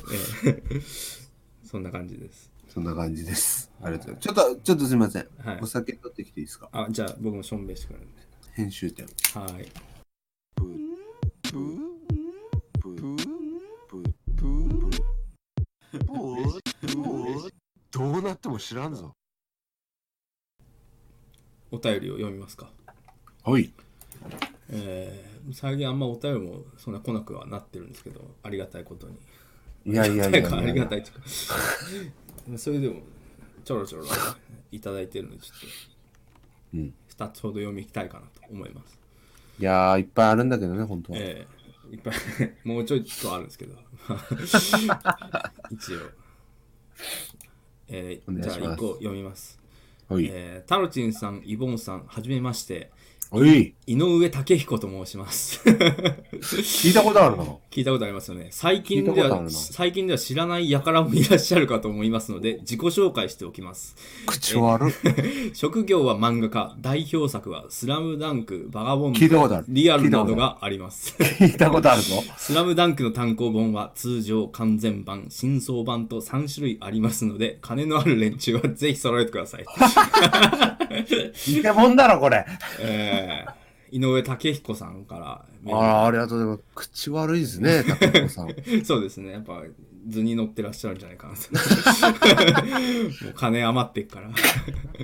Speaker 3: そんな感じです。
Speaker 1: そんな感じです。ありがとうございます。ちょっと、ちょっとすみません。
Speaker 3: はい
Speaker 1: お酒取ってきていいですか
Speaker 3: あ、じゃあ、僕もしょんべいしてくるんで。
Speaker 1: 編集点。
Speaker 3: はい。
Speaker 1: どうなっても知らんぞ。
Speaker 3: お便りを読みますか。
Speaker 1: はい。
Speaker 3: えー最近あんまお便りもそんな来なくはなってるんですけど、ありがたいことに。
Speaker 1: いやいやいや
Speaker 3: ないんかあ
Speaker 1: や
Speaker 3: りがたいとか。 それでも、ちょろちょろいただいてるので、ちょ
Speaker 1: う
Speaker 3: っ
Speaker 1: ん
Speaker 3: と、2つほど読みたいかなと思います。
Speaker 1: いやー、いっぱいあるんだけどね、本当は。
Speaker 3: ええいっぱい、 もうちょいとあるんで すけど。一応。え
Speaker 1: お願
Speaker 3: ー、
Speaker 1: い
Speaker 3: じ
Speaker 1: し
Speaker 3: ゃ
Speaker 1: ま
Speaker 3: あ
Speaker 1: す
Speaker 3: 1個読みます。
Speaker 1: はい。
Speaker 3: えー、タロチンさん、イボンさん、はじめまして。
Speaker 1: おい、
Speaker 3: 井上武彦と申します。
Speaker 1: 聞いたことあるな。
Speaker 3: 聞いたことありますよね。最近で
Speaker 1: 聞いたことある
Speaker 3: は、
Speaker 1: な
Speaker 3: 最近では知らない輩もいらっしゃるかと思いますので、自己紹介しておきます。
Speaker 1: 口悪い。
Speaker 3: 職業は漫画家、代表作はスラムダンク、バガボンド
Speaker 1: 聞いたことある
Speaker 3: リアルなどがあります。
Speaker 1: 聞いたことあるぞ。
Speaker 3: スラムダンクの単行本は通常、完全版、新装版と3種類ありますので、金のある連中はぜひ揃えてく ださい。
Speaker 1: いけもんだろ、これ。
Speaker 3: えー、井上武彦さんからメール
Speaker 1: あら、ありがとうございます。口悪いですね、たけこさん。
Speaker 3: そうですね。やっぱ図に乗ってらっしゃるんじゃないかなと。 もう金余ってっから。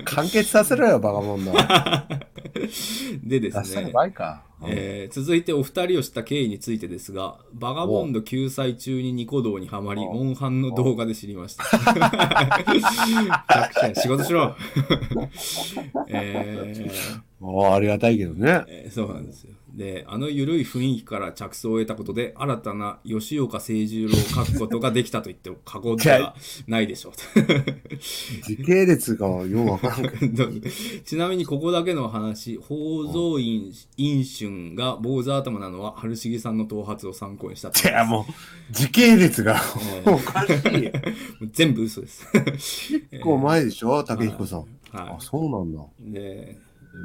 Speaker 1: 完結させろよ、バカモンの。
Speaker 3: でで
Speaker 1: 出
Speaker 3: す
Speaker 1: したの
Speaker 3: ね。
Speaker 1: 倍か。
Speaker 3: えー続いてお二人を知った経緯についてですが、バガボンド救済中にニコ動にはまり、モンハンの動画で知りました。弱者仕事しろ、えー
Speaker 1: おーありがたいけどね。
Speaker 3: えーそうなんですよ。で、あの緩い雰囲気から着想を得たことで、新たな吉岡誠十郎を書くことができたと言っても過言ではないでしょう。
Speaker 1: 時系列がようわ からんけど。
Speaker 3: どうぞ ちなみにここだけの話宝蔵院飲春が坊主頭なのは春重さんの頭髪を参考にしたと
Speaker 1: いや、もう、時系列が
Speaker 3: え
Speaker 1: おかしい。
Speaker 3: もう全部嘘です
Speaker 1: 結構前でしょ、たけひこさん。あ、
Speaker 3: は
Speaker 1: そうなんだ。
Speaker 3: いで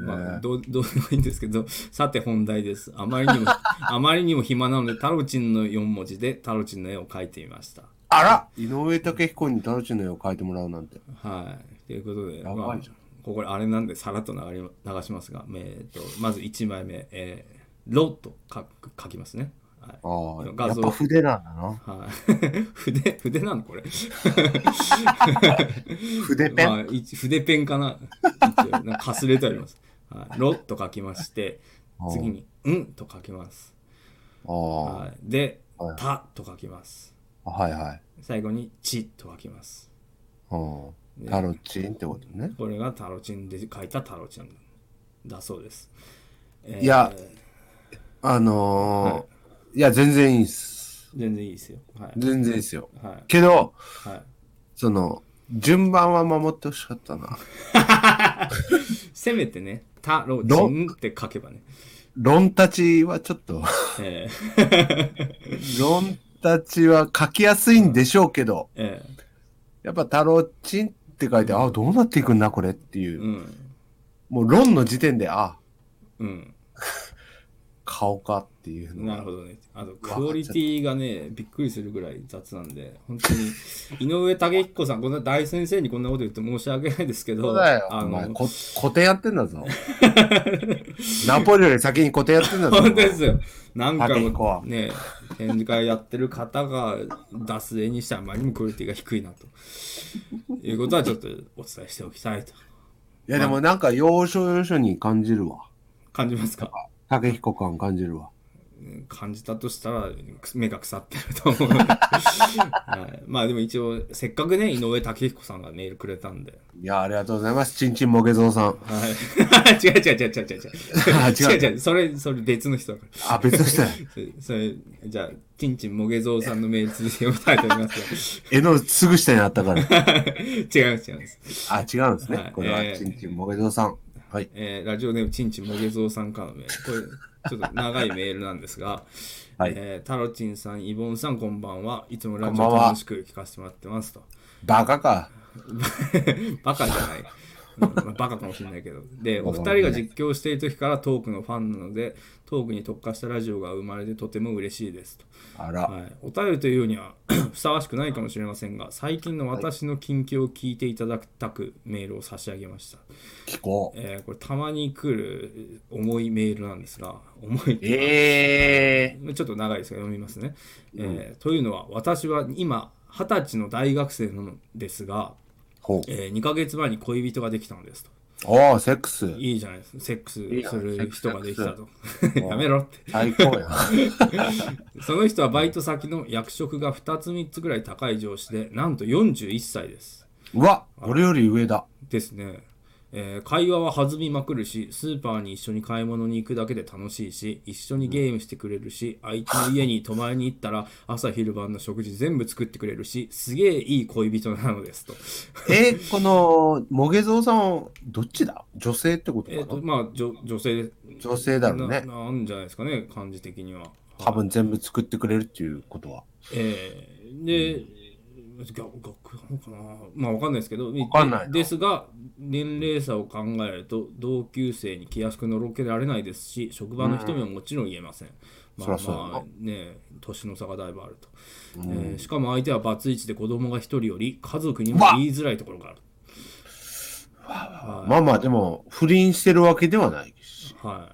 Speaker 3: ま
Speaker 1: ね
Speaker 3: あ
Speaker 1: え
Speaker 3: どうどうでもいいんですけどさて本題ですあまり にもあまりにも暇なのでタロチンの4文字でタロチンの絵を描いてみました
Speaker 1: あら井上武彦にタロチの絵を描いてもらうなんて。
Speaker 3: はいということで
Speaker 1: やばいじゃん
Speaker 3: まあここであれなんでさらっと流れ流しますが、えー、とまず1枚目「えー、ロ」と書く書きますね、はい、
Speaker 1: ああ、
Speaker 3: 画
Speaker 1: やっ
Speaker 3: 像
Speaker 1: ぱ筆なんだな。
Speaker 3: はい。 筆、筆なのこれ。
Speaker 1: 筆ペン。
Speaker 3: まあ、一筆ペンかな。一応なんかかすれてあります。はい。ろと書きまして、次に、んと書きます。
Speaker 1: ああ、は
Speaker 3: はい。で
Speaker 1: は、い
Speaker 3: たと書きます。
Speaker 1: いはい。
Speaker 3: 最後に、ちと書きます。
Speaker 1: うん、タロチンってことね。
Speaker 3: これがタロチンで書いたタロチンだそうです。えー
Speaker 1: いや、あのーい、や、全然いいっす。
Speaker 3: 全然いいですよ。はい。
Speaker 1: 全然いいっすよ。
Speaker 3: はい。
Speaker 1: けど、
Speaker 3: はい。
Speaker 1: その、順番は守ってほしかったな。
Speaker 3: せめてね、タロチンって書けばね。
Speaker 1: 論立ちはちょっと、
Speaker 3: えー
Speaker 1: 論立ちは書きやすいんでしょうけど、
Speaker 3: え
Speaker 1: やっぱタロチンって書いて、あどうなっていくんだ、これってい
Speaker 3: ー
Speaker 1: う。
Speaker 3: うん。
Speaker 1: もう論の時点で、あ
Speaker 3: うん。
Speaker 1: 顔かっていうの
Speaker 3: なる
Speaker 1: が。
Speaker 3: ほどね。あと、クオリティがね、びっくりするぐらい雑なんで、本当に、井上武彦さん、こんな大先生にこんなこと言って申し訳ないですけど、
Speaker 1: そうだよ。
Speaker 3: あ
Speaker 1: お前、
Speaker 3: の、
Speaker 1: こ古典やってんだぞ。ナポリより先に古典やってん だぞ。
Speaker 3: 本当ですよ。何回
Speaker 1: 武彦
Speaker 3: も
Speaker 1: は
Speaker 3: ね、展示会やってる方が出す絵にしてはあまりにもクオリティが低いなと。いうことはちょっとお伝えしておきたいと
Speaker 1: いや、でもなんか、要所要所に感じるわ。
Speaker 3: 感じますか。
Speaker 1: 竹彦感感じるわ。
Speaker 3: うん感じたとしたらく目が腐ってると思う、はい、まあでも一応せっかくね井上武彦さんがメールくれたんで、
Speaker 1: いや、ありがとうございます。ちんちんもげぞうさん。
Speaker 3: はい、 違う違う違う違う違 う
Speaker 1: あ
Speaker 3: 違う
Speaker 1: 違う
Speaker 3: 違う違うそれそれ別の人だから
Speaker 1: あ、別の人 や。
Speaker 3: それそれじゃあちんちんもげぞうさんのメール続きを読みたいと思います
Speaker 1: 絵のすぐ下にあったから。
Speaker 3: が違う違うんです
Speaker 1: あ、違うんです
Speaker 3: はい
Speaker 1: ね。これは、
Speaker 3: えー
Speaker 1: ちんちんもげぞうさん。はい。
Speaker 3: えーラジオネームちんちんもげぞうさんからのメール。これ、ちょっと長いメールなんですが、
Speaker 1: はい
Speaker 3: えータロチンさん、イボンさん、こんばんは。いつもラジ
Speaker 1: こん
Speaker 3: オ
Speaker 1: ばんは
Speaker 3: 楽しく聞かせてもらってますと。
Speaker 1: バカか。
Speaker 3: バカじゃない。うんまあバカかもしれないけど。で、お二人が実況している時からトークのファンなので、トークに特化したラジオが生まれてとても嬉しいですと。
Speaker 1: あら。
Speaker 3: はい、お便りというには ふさわしくないかもしれませんが、最近の私の近況を聞いていただきたくメールを差し上げました。
Speaker 1: 聞こう。
Speaker 3: えーこれたまに来る重いメールなんですが重いっていうか
Speaker 1: ええ
Speaker 3: ちょっと長いですが読みますね、えーというのは私は今二十歳の大学生なのですが、
Speaker 1: ほう。
Speaker 3: え2ヶ月前に恋人ができたのですと
Speaker 1: おー、セックス。
Speaker 3: いいじゃないですかセックス
Speaker 1: いいな
Speaker 3: する人ができたと
Speaker 1: ク
Speaker 3: やめろって
Speaker 1: 最高 や。
Speaker 3: その人はバイト先の役職が2つ3つぐらい高い上司でなんと41歳です
Speaker 1: うわ、俺より上だ。
Speaker 3: ですね、えー会話は弾みまくるしスーパーに一緒に買い物に行くだけで楽しいし一緒にゲームしてくれるし相手の家に泊まりに行ったら朝昼晩の食事全部作ってくれるしすげえいい恋人なのですと。
Speaker 1: えー、この、もげぞうさんは、どっちだ女性ってこと
Speaker 3: えっ、
Speaker 1: か
Speaker 3: と
Speaker 1: な
Speaker 3: まあ女女性で
Speaker 1: 女性だろう
Speaker 3: な
Speaker 1: ね。
Speaker 3: なんじゃないですかね感じ的には。
Speaker 1: 多分全部作ってくれるっていうことは。
Speaker 3: えーで、が学なのかなまあわかんないですけど、わ
Speaker 1: かんないな
Speaker 3: ですが、年齢差を考えると、同級生に気安くのろけられないですし、職場の人にももちろん言えません。まあ
Speaker 1: そりゃそうだ
Speaker 3: まあ
Speaker 1: な
Speaker 3: ね、年の差がだいぶあると。えーしかも相手はバツイチで子供が一人より、家族にも言いづらいところがある。
Speaker 1: まあまあ、でも、不倫してるわけではないし。
Speaker 3: は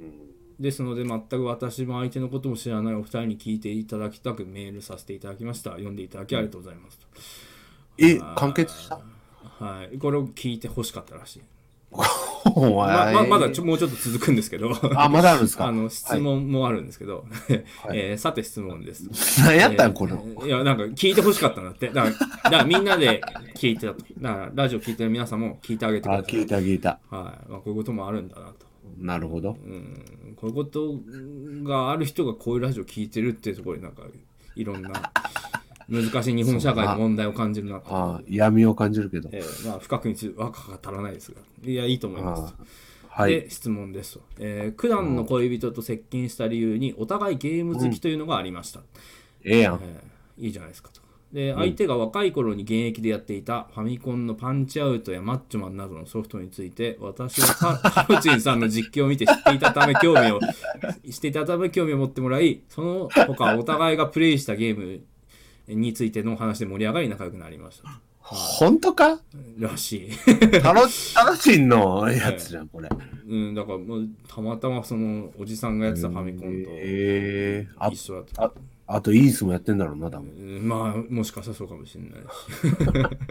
Speaker 3: い。ですので、全く私も相手のことも知らないお二人に聞いていただきたくメールさせていただきました。読んでいただきありがとうございますと。
Speaker 1: え、完結した
Speaker 3: はい、これを聞いてほしかったらしい。
Speaker 1: お
Speaker 3: ま
Speaker 1: 前
Speaker 3: ままだちょもうちょっと続くんですけど、
Speaker 1: あ、まだあるんですか
Speaker 3: あの質問もあるんですけど、えーさて質問です。
Speaker 1: 何やったんこれ。
Speaker 3: いや、なんか聞いてほしかったんだって。だから、だからみんなで聞いてたと。だから、ラジオ聞いてる皆さんも聞いてあげてく
Speaker 1: あ、
Speaker 3: ださい。
Speaker 1: 聞いた聞いた。
Speaker 3: はい。まあ、こういうこともあるんだなと。
Speaker 1: なるほど。
Speaker 3: うんこういうことがある人がこういうラジオ聞いてるっていうところになんか、いろんな難しい日本社会の問題を感じるなと。
Speaker 1: あ闇を感じるけど。
Speaker 3: えーまあ、深くにつはかが足らないですが。いや、いいと思いますと。
Speaker 1: はい。
Speaker 3: で質問です、えー、普段の恋人と接近した理由にお互いゲーム好きというのがありました、
Speaker 1: ええやん。
Speaker 3: えーいいじゃないですかとで相手が若い頃に現役でやっていたファミコンのパンチアウトやマッチョマンなどのソフトについて私はタタロチン さんの実況を見て知っていたため興味を していたため興味を持ってもらいその他お互いがプレイしたゲームについてのお話で盛り上がり仲良くなりました
Speaker 1: 本当か
Speaker 3: らしい
Speaker 1: タロ、 タロチンのやつじゃん、これ。
Speaker 3: うん、だからもうたまたまそのおじさんがやってたファミコン
Speaker 1: ええあ
Speaker 3: と一緒だった、
Speaker 1: あ、あとイースもやってんだろうな、多分。
Speaker 3: うんまあもしかしたらそうかもしれ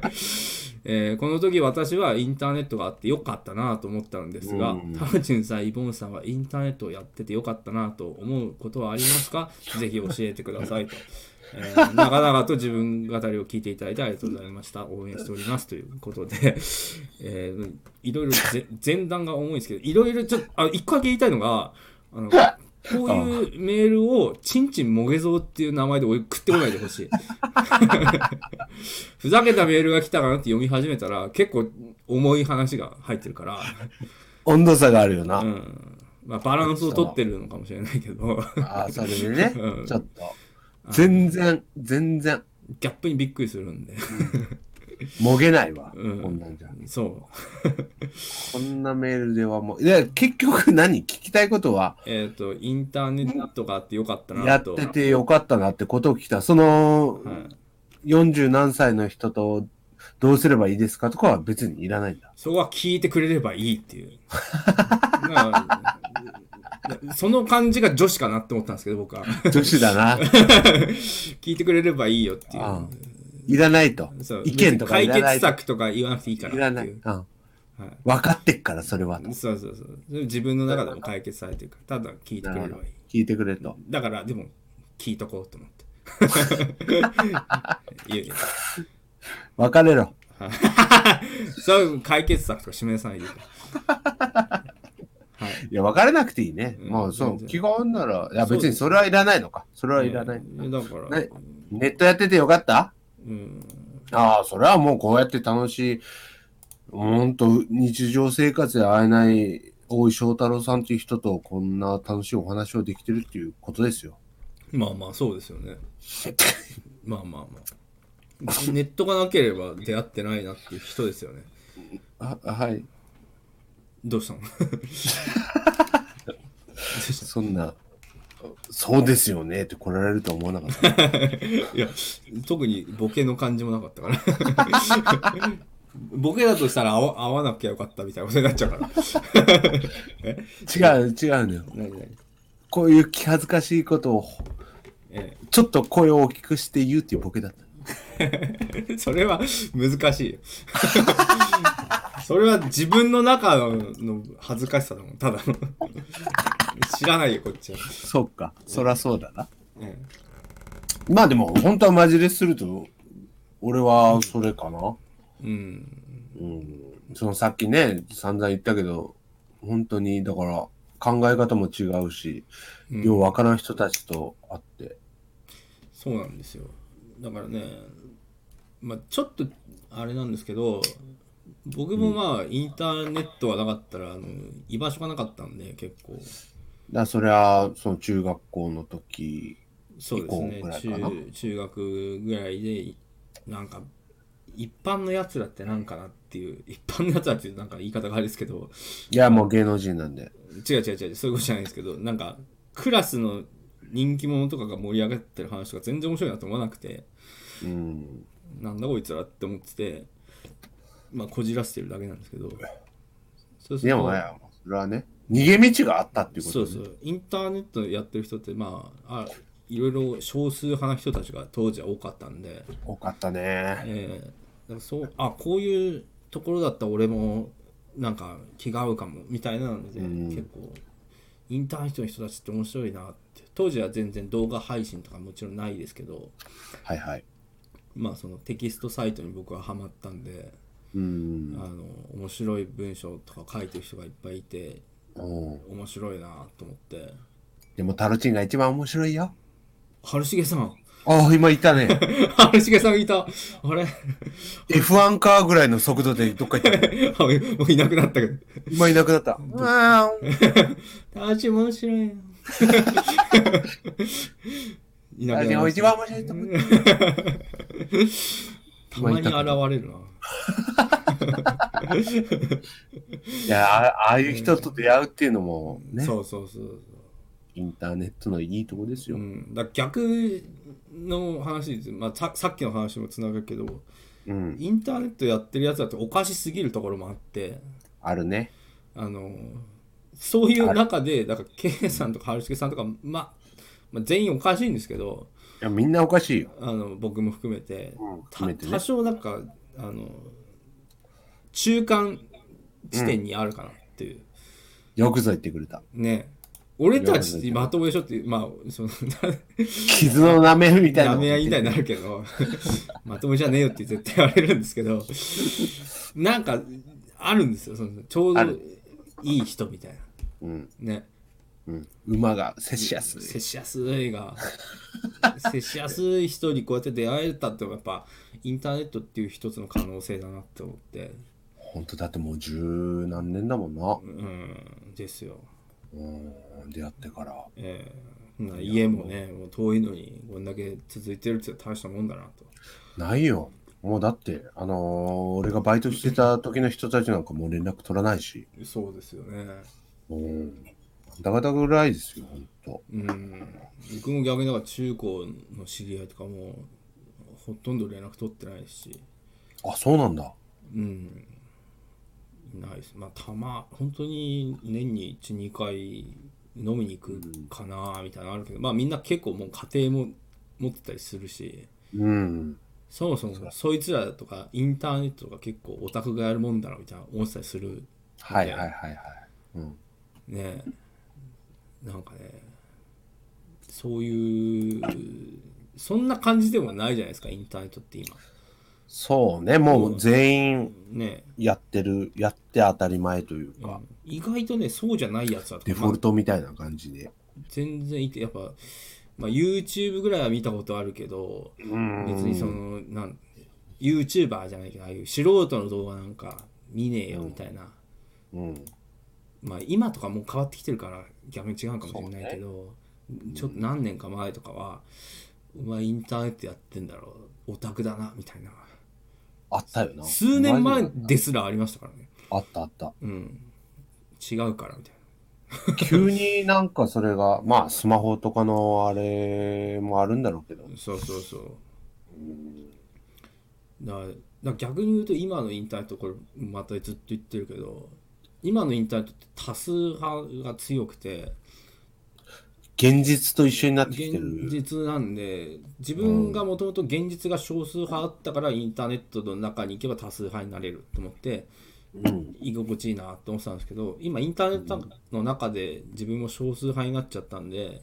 Speaker 3: ないし、 えーこの時私はインターネットがあってよかったなと思ったんですが、
Speaker 1: うん
Speaker 3: タロチンさんイボンさんはインターネットをやっててよかったなと思うことはありま すかぜひ教えてくださいと、えー長々と自分語りを聞いていただいてありがとうございました応援しておりますということで、えーいろいろぜ前段が重いんですけどいろいろちょっとあ一個だけ言いたいのがあのこういうメールを、ちんちんもげぞうっていう名前で送ってこないでほ しい。ふざけたメールが来たかなって読み始めたら、結構重い話が入ってるから、
Speaker 1: 温度差があるよな。
Speaker 3: うん。まあ、バランスを取ってるのかもしれないけど、
Speaker 1: あ、それでね
Speaker 3: うん、
Speaker 1: ちょっと。全然、全然、
Speaker 3: ギャップにびっくりするんで。
Speaker 1: もげないわ。こ
Speaker 3: うん
Speaker 1: んなんじゃ。
Speaker 3: そう。
Speaker 1: こんなメールではもう。で、結局何聞きたいことは、
Speaker 3: えっ、と、インターネットがあってよかった
Speaker 1: や
Speaker 3: な
Speaker 1: っ
Speaker 3: と。
Speaker 1: ててよかったなってことを聞いた。その、
Speaker 3: はい
Speaker 1: 40何歳の人とどうすればいいですかとかは別にいらないん だ。
Speaker 3: そこは聞いてくれればいいっていう。 まあその感じが女子かなって思ったんですけど、僕は。
Speaker 1: 女子だな。
Speaker 3: 聞いてくれればいいよっていう。
Speaker 1: うんいらないと
Speaker 3: そう。
Speaker 1: 意見とかい
Speaker 3: 別
Speaker 1: らな
Speaker 3: に解決
Speaker 1: いと。
Speaker 3: 策とか言わなくていいから
Speaker 1: いらない。
Speaker 3: って
Speaker 1: う。
Speaker 3: うん
Speaker 1: 分かってっから、それは。
Speaker 3: そうそうそう。自分の中でも解決されてるから、ただ聞いてくれればいい。
Speaker 1: 聞いてくれと。
Speaker 3: だから、でも、聞いとこうと 思って。いやいや
Speaker 1: 別れろ。
Speaker 3: そういう解決策とか示さないで。はい。
Speaker 1: いや、別れなくていいね。
Speaker 3: うん
Speaker 1: もう、そ
Speaker 3: 全
Speaker 1: う、
Speaker 3: 然
Speaker 1: 気が合うんなら、いや、
Speaker 3: そう
Speaker 1: 別にそれはいらないのか。それはいらない。
Speaker 3: やだから、
Speaker 1: ねネットやっててよかった
Speaker 3: うん。
Speaker 1: ああ、それはもうこうやって楽しい、ほんと、日常生活で会えない大井翔太郎さんという人とこんな楽しいお話をできてるっていうことですよ。
Speaker 3: まあまあ、そうですよね。まあまあまあ。ネットがなければ出会ってないなっていう人ですよね。
Speaker 1: あはい。
Speaker 3: どうしたの
Speaker 1: そんな、そうですよねって来られるとは思わなかった。
Speaker 3: いや、特にボケの感じもなかったから。ボケだとしたら合わ合わなきゃよかったみたいなことになっちゃうから。
Speaker 1: 違う、違うのよ。
Speaker 3: 何何
Speaker 1: こういう気恥ずかしいことを、
Speaker 3: え
Speaker 1: ちょっと声を大きくして言うっていうボケだった。
Speaker 3: え、それは難しいよ。それは自分の中の恥ずかしさだもん、ただの。知らないよ、こっちは。
Speaker 1: そうか、そらそうだな。
Speaker 3: え
Speaker 1: まあでも、本当はマジレスすると、俺はそれかな。
Speaker 3: えうん。
Speaker 1: うん。そのさっきね、散々言ったけど、本当に、だから、考え方も違うし、
Speaker 3: うん
Speaker 1: ようわからん人たちと会って。
Speaker 3: そうなんですよだからね、まあ、ちょっとあれなんですけど僕もまあインターネットがなかったらあの居場所がなかったんで結構
Speaker 1: だからそれは、その中学校の時、
Speaker 3: そうですね
Speaker 1: 以降ぐらいかな
Speaker 3: 中中学ぐらいでなんか一般のやつらってなんかなっていう 一般のやつらっていうなんか言い方があれですけど
Speaker 1: いや、もう芸能人なんで。
Speaker 3: 違う違う違うそういうことじゃないですけどなんかクラスの人気者とかが盛り上がってる話とか全然面白いなと思わなくて。
Speaker 1: うん。
Speaker 3: なんだこいつらって思ってて、まあ、こじらせてるだけなんですけど、そうす
Speaker 1: で
Speaker 3: る
Speaker 1: も
Speaker 3: と
Speaker 1: ね、それはね、逃げ道があったっていうこと
Speaker 3: そ
Speaker 1: ね
Speaker 3: うそう、インターネットやってる人って、まあ、あいろいろ少数派な人たちが当時は多かったんで、
Speaker 1: 多かったね。
Speaker 3: えーだからそうあこういうところだったら俺もなんか気が合うかもみたいなので、
Speaker 1: ん
Speaker 3: 結構インターネットの人たちって面白いなって当時は全然動画配信とかもちろんないですけど、
Speaker 1: はいはい。
Speaker 3: まあ、そのテキストサイトに僕はハマったんで。
Speaker 1: うん。
Speaker 3: あの面白い文章とか書いてる人がいっぱいいて
Speaker 1: うん
Speaker 3: 面白いなと思って
Speaker 1: でも、タロチンが一番面白いよ。
Speaker 3: 春重さん
Speaker 1: ああ、今いたね。
Speaker 3: 春重さんいたあれ
Speaker 1: F1 カーぐらいの速度でどっか行った。
Speaker 3: あもういなくなったけど
Speaker 1: 今いなくな った。わー
Speaker 3: あち面白いよい
Speaker 1: お。
Speaker 3: な
Speaker 1: あれ
Speaker 3: くなり
Speaker 1: も
Speaker 3: ま
Speaker 1: 一
Speaker 3: し
Speaker 1: 番
Speaker 3: た
Speaker 1: 面白いと思う。
Speaker 3: たまに現れるない
Speaker 1: やあ、ああいう人と出会うっていうのもね、
Speaker 3: そうそうそう
Speaker 1: インターネットのいいとこです
Speaker 3: そう、う
Speaker 1: よ。
Speaker 3: ん、だから逆の話です、まあ、ささっきの話にもつながるけど
Speaker 1: うん、
Speaker 3: インターネットやってるやつだっておかしすぎるところもあって
Speaker 1: あるね。
Speaker 3: あのそういう中でだから K さんとか春輔さんとか、ままあ、全員おかしいんですけど
Speaker 1: いや、みんなおかしいよ。
Speaker 3: あの僕も含めて,
Speaker 1: うん
Speaker 3: た、
Speaker 1: 含めてね
Speaker 3: 多少なんかあの中間地点にあるかなっていう、
Speaker 1: よくぞ言ってくれた。
Speaker 3: ね俺たちまともでしょっていうまあ その
Speaker 1: 傷の舐めみたいな。
Speaker 3: ダメ合いみたいになる けどまともじゃねえよって絶対言われるんですけどなんかあるんですよそのちょうど
Speaker 1: あ
Speaker 3: いい人みたいな
Speaker 1: うん、
Speaker 3: ね
Speaker 1: うん。馬が接しやすい。
Speaker 3: 接しやすい が接しやすい人にこうやって出会えたってのはやっぱインターネットっていう一つの可能性だなって思って
Speaker 1: 本当だってもう十何年だもんな
Speaker 3: う。んですよ、
Speaker 1: うん、出会ってから。
Speaker 3: ええな家もねもう遠いのにこんだけ続いてるって大したもんだなと
Speaker 1: ないよ。もうだって、あのー俺がバイトしてた時の人たちなんかもう連絡取らないし。
Speaker 3: そうですよね
Speaker 1: うん。だかだぐらいですよ、ほんと。
Speaker 3: うん僕も逆にだから中高の知り合いとかもほとんど連絡取ってないし
Speaker 1: あ、そうなんだ。
Speaker 3: うんいないですまあたま本当に年に12回飲みに行くかなみたいなのあるけど、まあみんな結構もう家庭も持ってたりするし
Speaker 1: うん。
Speaker 3: そもそもそいつらとかインターネットとか結構オタクがやるもんだろみたいな思ってたりする
Speaker 1: はいはいはいはい。うん。
Speaker 3: ねなんかねそういうそんな感じでもないじゃないですかインターネットって今
Speaker 1: そうね、もう全員
Speaker 3: ね
Speaker 1: やってる、やって当たり前というか、
Speaker 3: 意外とねそうじゃないやつだと
Speaker 1: デフォルトみたいな感じで。
Speaker 3: 全然いてやっぱ、まあ、YouTube ぐらいは見たことあるけど
Speaker 1: うん
Speaker 3: 別にそのなん YouTuber じゃないけどああいう素人の動画なんか見ねえよみたいな、
Speaker 1: うん。
Speaker 3: まあ今とかもう変わってきてるから逆に違うかもしれないけど、ちょっと何年か前とかは「お前インターネットやってんだろオタクだな」みたいな
Speaker 1: あったよな。
Speaker 3: 数年前
Speaker 1: マジ
Speaker 3: ですらありましたからね
Speaker 1: あったあった。
Speaker 3: うん違うからみたいな
Speaker 1: 急になんかそれが、 まあスマホとかのあれもあるんだろうけど。
Speaker 3: そうそうそうだからだから逆に言うと今のインターネットこれまたずっと言ってるけど今のインターネットって多数派が強くて
Speaker 1: 現実と一緒になってきて
Speaker 3: 現
Speaker 1: る。
Speaker 3: 実なんで自分がもともと現実が少数派だったからインターネットの中に行けば多数派になれると思って
Speaker 1: うん。
Speaker 3: 居心地いいなと思ってたんですけど今インターネットの中で自分も少数派になっちゃったんで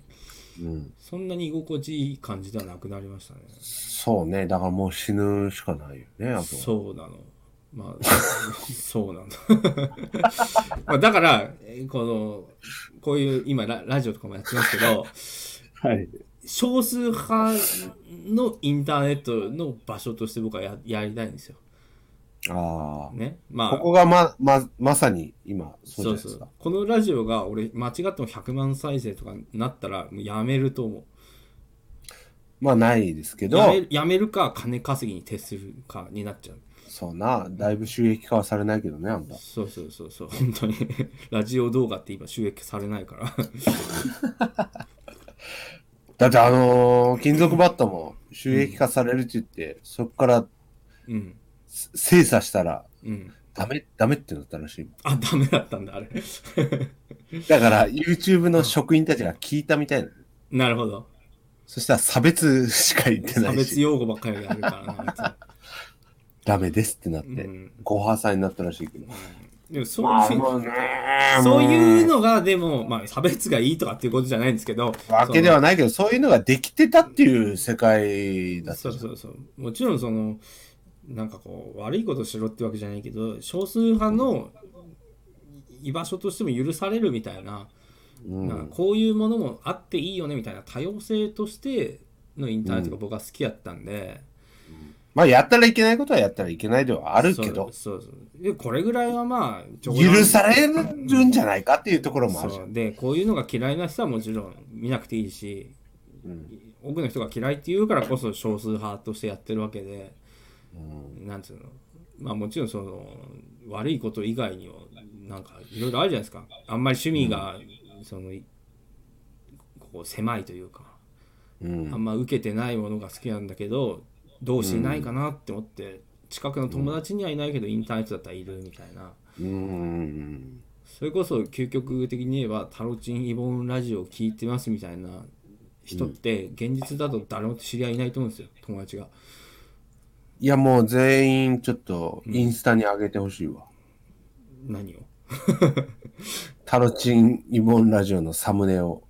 Speaker 1: うん。
Speaker 3: そんなに居心地いい感じではなくなりましたね。
Speaker 1: そうね。だからもう死ぬしかないよね、あと。
Speaker 3: そうなの。まあ、 そうなの。 まあだから、えーこの、こういう、今ラ、ラジオとかもやってますけ ど、
Speaker 1: はい。
Speaker 3: 少数派のインターネットの場所として僕はややりたいんですよ。
Speaker 1: あ
Speaker 3: ね。
Speaker 1: あ。
Speaker 3: まあ、
Speaker 1: ここがま、ま、まさに今、そうじゃない
Speaker 3: そう
Speaker 1: で
Speaker 3: そ
Speaker 1: す
Speaker 3: う
Speaker 1: か。。
Speaker 3: このラジオが俺、間違っても100万再生とかになったら、もうやめると思う。
Speaker 1: まあないですけど。
Speaker 3: やめやめるか、金稼ぎに徹するかになっちゃう。
Speaker 1: そうな、だいぶ収益化はされないけどね、あんた。
Speaker 3: そうそうそうそう本当に ラジオ動画って今収益されないから
Speaker 1: だってあのー金属バットも収益化されるって言って、そこから
Speaker 3: うん
Speaker 1: せ精査したら、
Speaker 3: うん
Speaker 1: ダメ、ダメってなったらしいもん。
Speaker 3: あダメだったんだあれ
Speaker 1: だから、YouTube の職員たちが聞いたみたいな。
Speaker 3: なるほど
Speaker 1: そしたら差別しか言って
Speaker 3: 差
Speaker 1: ない
Speaker 3: 別
Speaker 1: し、
Speaker 3: 用語ばっかりやるからな あ
Speaker 1: ダメですってなっ
Speaker 3: いつ
Speaker 1: て、
Speaker 3: うん
Speaker 1: ご破産になったらしいけど。
Speaker 3: でもそういう
Speaker 1: ね
Speaker 3: そういうのがでも、まあ、差別がいいとかっていうことじゃないんですけど
Speaker 1: わけではないけど、そういうのができてたっていう世界だったじ
Speaker 3: そ
Speaker 1: ゃ
Speaker 3: の
Speaker 1: ん。
Speaker 3: そうそうそうもちろんそのなんかこう悪いことしろってわけじゃないけど少数派の居場所としても許されるみたいな
Speaker 1: うん
Speaker 3: なんかこういうものもあっていいよねみたいな多様性としてのインターネットが僕は好きやったんで、
Speaker 1: まあ、やったらいけないことはやったらいけないではあるけど、
Speaker 3: そうそうそうでこれぐらいはまあ冗談
Speaker 1: 許されるんじゃないかっていうところもあるじゃん
Speaker 3: そうでこういうのが嫌いな人はもちろん見なくていいし、多くの人が嫌いっていうからこそ少数派としてやってるわけで、なんつうのまあもちろんその悪いこと以外にもなんかいろいろあるじゃないですかあんまり趣味が、そのこう狭いというか、あんま受けてないものが好きなんだけどどうしないかなって思って、近くの友達にはいないけどインターネットだったらいるみたいな。
Speaker 1: うーん
Speaker 3: それこそ究極的に言えばタロチンイボンラジオを聞いてますみたいな人って現実だと誰も知り合いいないと思うんですよ友達が
Speaker 1: いやもう全員ちょっとインスタに上げてほしいわ、
Speaker 3: 何を
Speaker 1: タロチンイボンラジオのサムネを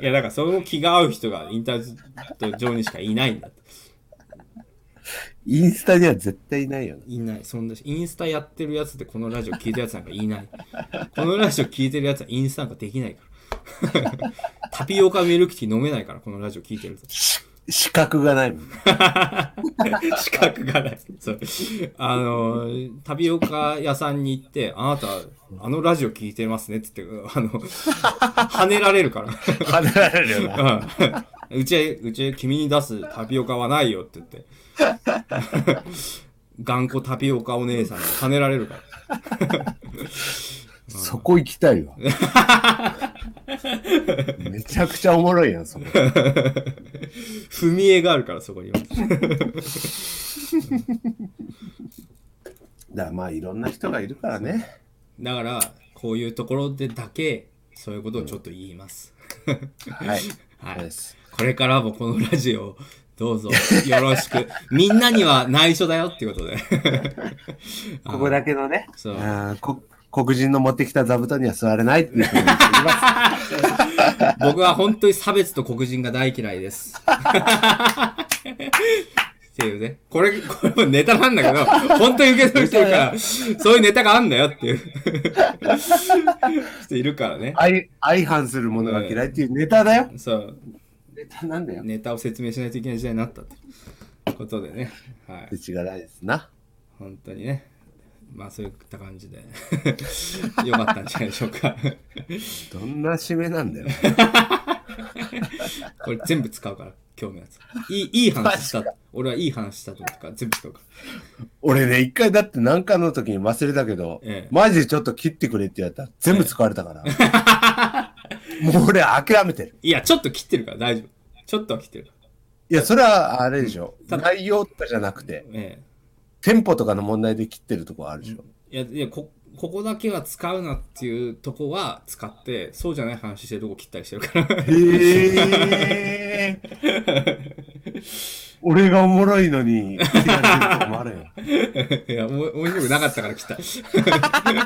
Speaker 3: いやだからその気が合う人がインターネット上にしかいないんだって
Speaker 1: インスタには絶対いないよね
Speaker 3: いないそんなインスタやってるやつでこのラジオ聞いてるやつなんかいないこのラジオ聞いてるやつはインスタなんかできないから タピオカミルクティー飲めないからこのラジオ聞いてると
Speaker 1: 資格がないもん
Speaker 3: 資格がない。そう。あの、タピオカ屋さんに行って、あなた、あのラジオ聞いてますねって言って、あの、跳ねられるから。
Speaker 1: 離れられるよな
Speaker 3: うんうちへ、うちへ君に出すタピオカはないよって言って。頑固タピオカお姉さんに跳ねられるから。
Speaker 1: そこ行きたいわめちゃくちゃおもろいやんそこ
Speaker 3: 踏み絵があるから、そこには。
Speaker 1: だからまあいろんな人がいるからね
Speaker 3: だから、こういうところでだけ、そういうことをちょっと言います。
Speaker 1: はい
Speaker 3: はい
Speaker 1: そうです
Speaker 3: これからもこのラジオをどうぞよろしく。みんなには内緒だよっていうことで。
Speaker 1: ここだけのね
Speaker 3: そう
Speaker 1: あーこ黒人の持ってきた座布団には座れないっていうふうに言ってい ます。
Speaker 3: 僕は本当に差別と黒人が大嫌いです。っていうね。これ、これもネタなんだけど、本当に受け取る人いるから、そういうネタがあんだよっていう。人いるからね。
Speaker 1: 相相反するものが嫌いっていうネタだよ。
Speaker 3: そう。
Speaker 1: ネタなんだよ。
Speaker 3: ネタを説明しないといけない時代になったってことでね。はい。
Speaker 1: 口がないですな。
Speaker 3: 本当にね。まあそういった感じで、 よかったんじゃないでしょうか。
Speaker 1: どんな締めなんだよ。
Speaker 3: これ全部使うから、今日のやつ。いい、いい話した。俺はいい話したと思ったから、全部使うから。
Speaker 1: 俺ね、一回だって何かの時に忘れたけど、
Speaker 3: ええ
Speaker 1: マジでちょっと切ってくれってやったら全部使われたから。 もう俺諦めてる。
Speaker 3: いや、ちょっと切ってるから大丈夫。ちょっとは切ってるから。
Speaker 1: いや、それはあれでしょ。
Speaker 3: ただ
Speaker 1: 内容とかじゃなくて、
Speaker 3: え
Speaker 1: テンポとかの問題で切ってるとこあるでしょ。
Speaker 3: え。いや、いやこ、ここだけは使うなっていうとこは使って、そうじゃない話してるとこ切ったりしてるから。
Speaker 1: へえ。俺がおもろいのに、切られると困る よ。
Speaker 3: いや、おも面白くなかったから切った。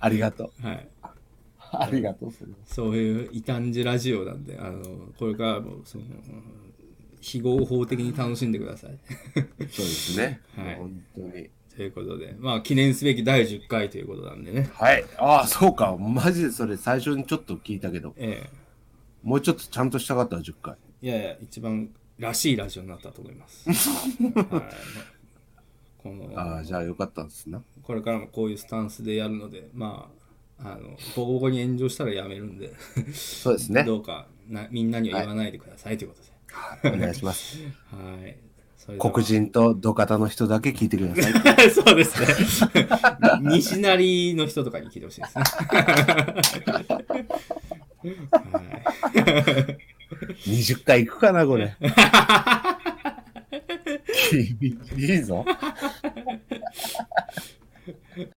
Speaker 1: ありがとう。
Speaker 3: はい。
Speaker 1: ありがとう。それは
Speaker 3: そういう異端児ラジオなんで、あの、これからも、その、うん非合法的に楽しんでください。
Speaker 1: そうですね。
Speaker 3: はい
Speaker 1: 本当に。
Speaker 3: ということで、まあ、記念すべき第10回ということなんでね。
Speaker 1: はい。ああ、そうか。マジでそれ最初にちょっと聞いたけど、
Speaker 3: ええ
Speaker 1: もうちょっとちゃんとしたかったわ、10回。
Speaker 3: いやいや、一番らしいラジオになったと思い ます。はい、こ
Speaker 1: あ
Speaker 3: の
Speaker 1: あ、じゃあよかったんですな。
Speaker 3: これからもこういうスタンスでやるので、まあ、あのボコボコに炎上したらやめるんで、
Speaker 1: そうですね。
Speaker 3: どうかなみんなには言わないでくださいということで。
Speaker 1: お願いします。
Speaker 3: はい。それでは
Speaker 1: 黒人と土方の人だけ聞いてく ださい。
Speaker 3: そうですね。 西成の人とかに聞いてほしいですね。はい
Speaker 1: 20回いくかな、これ。厳しいぞ。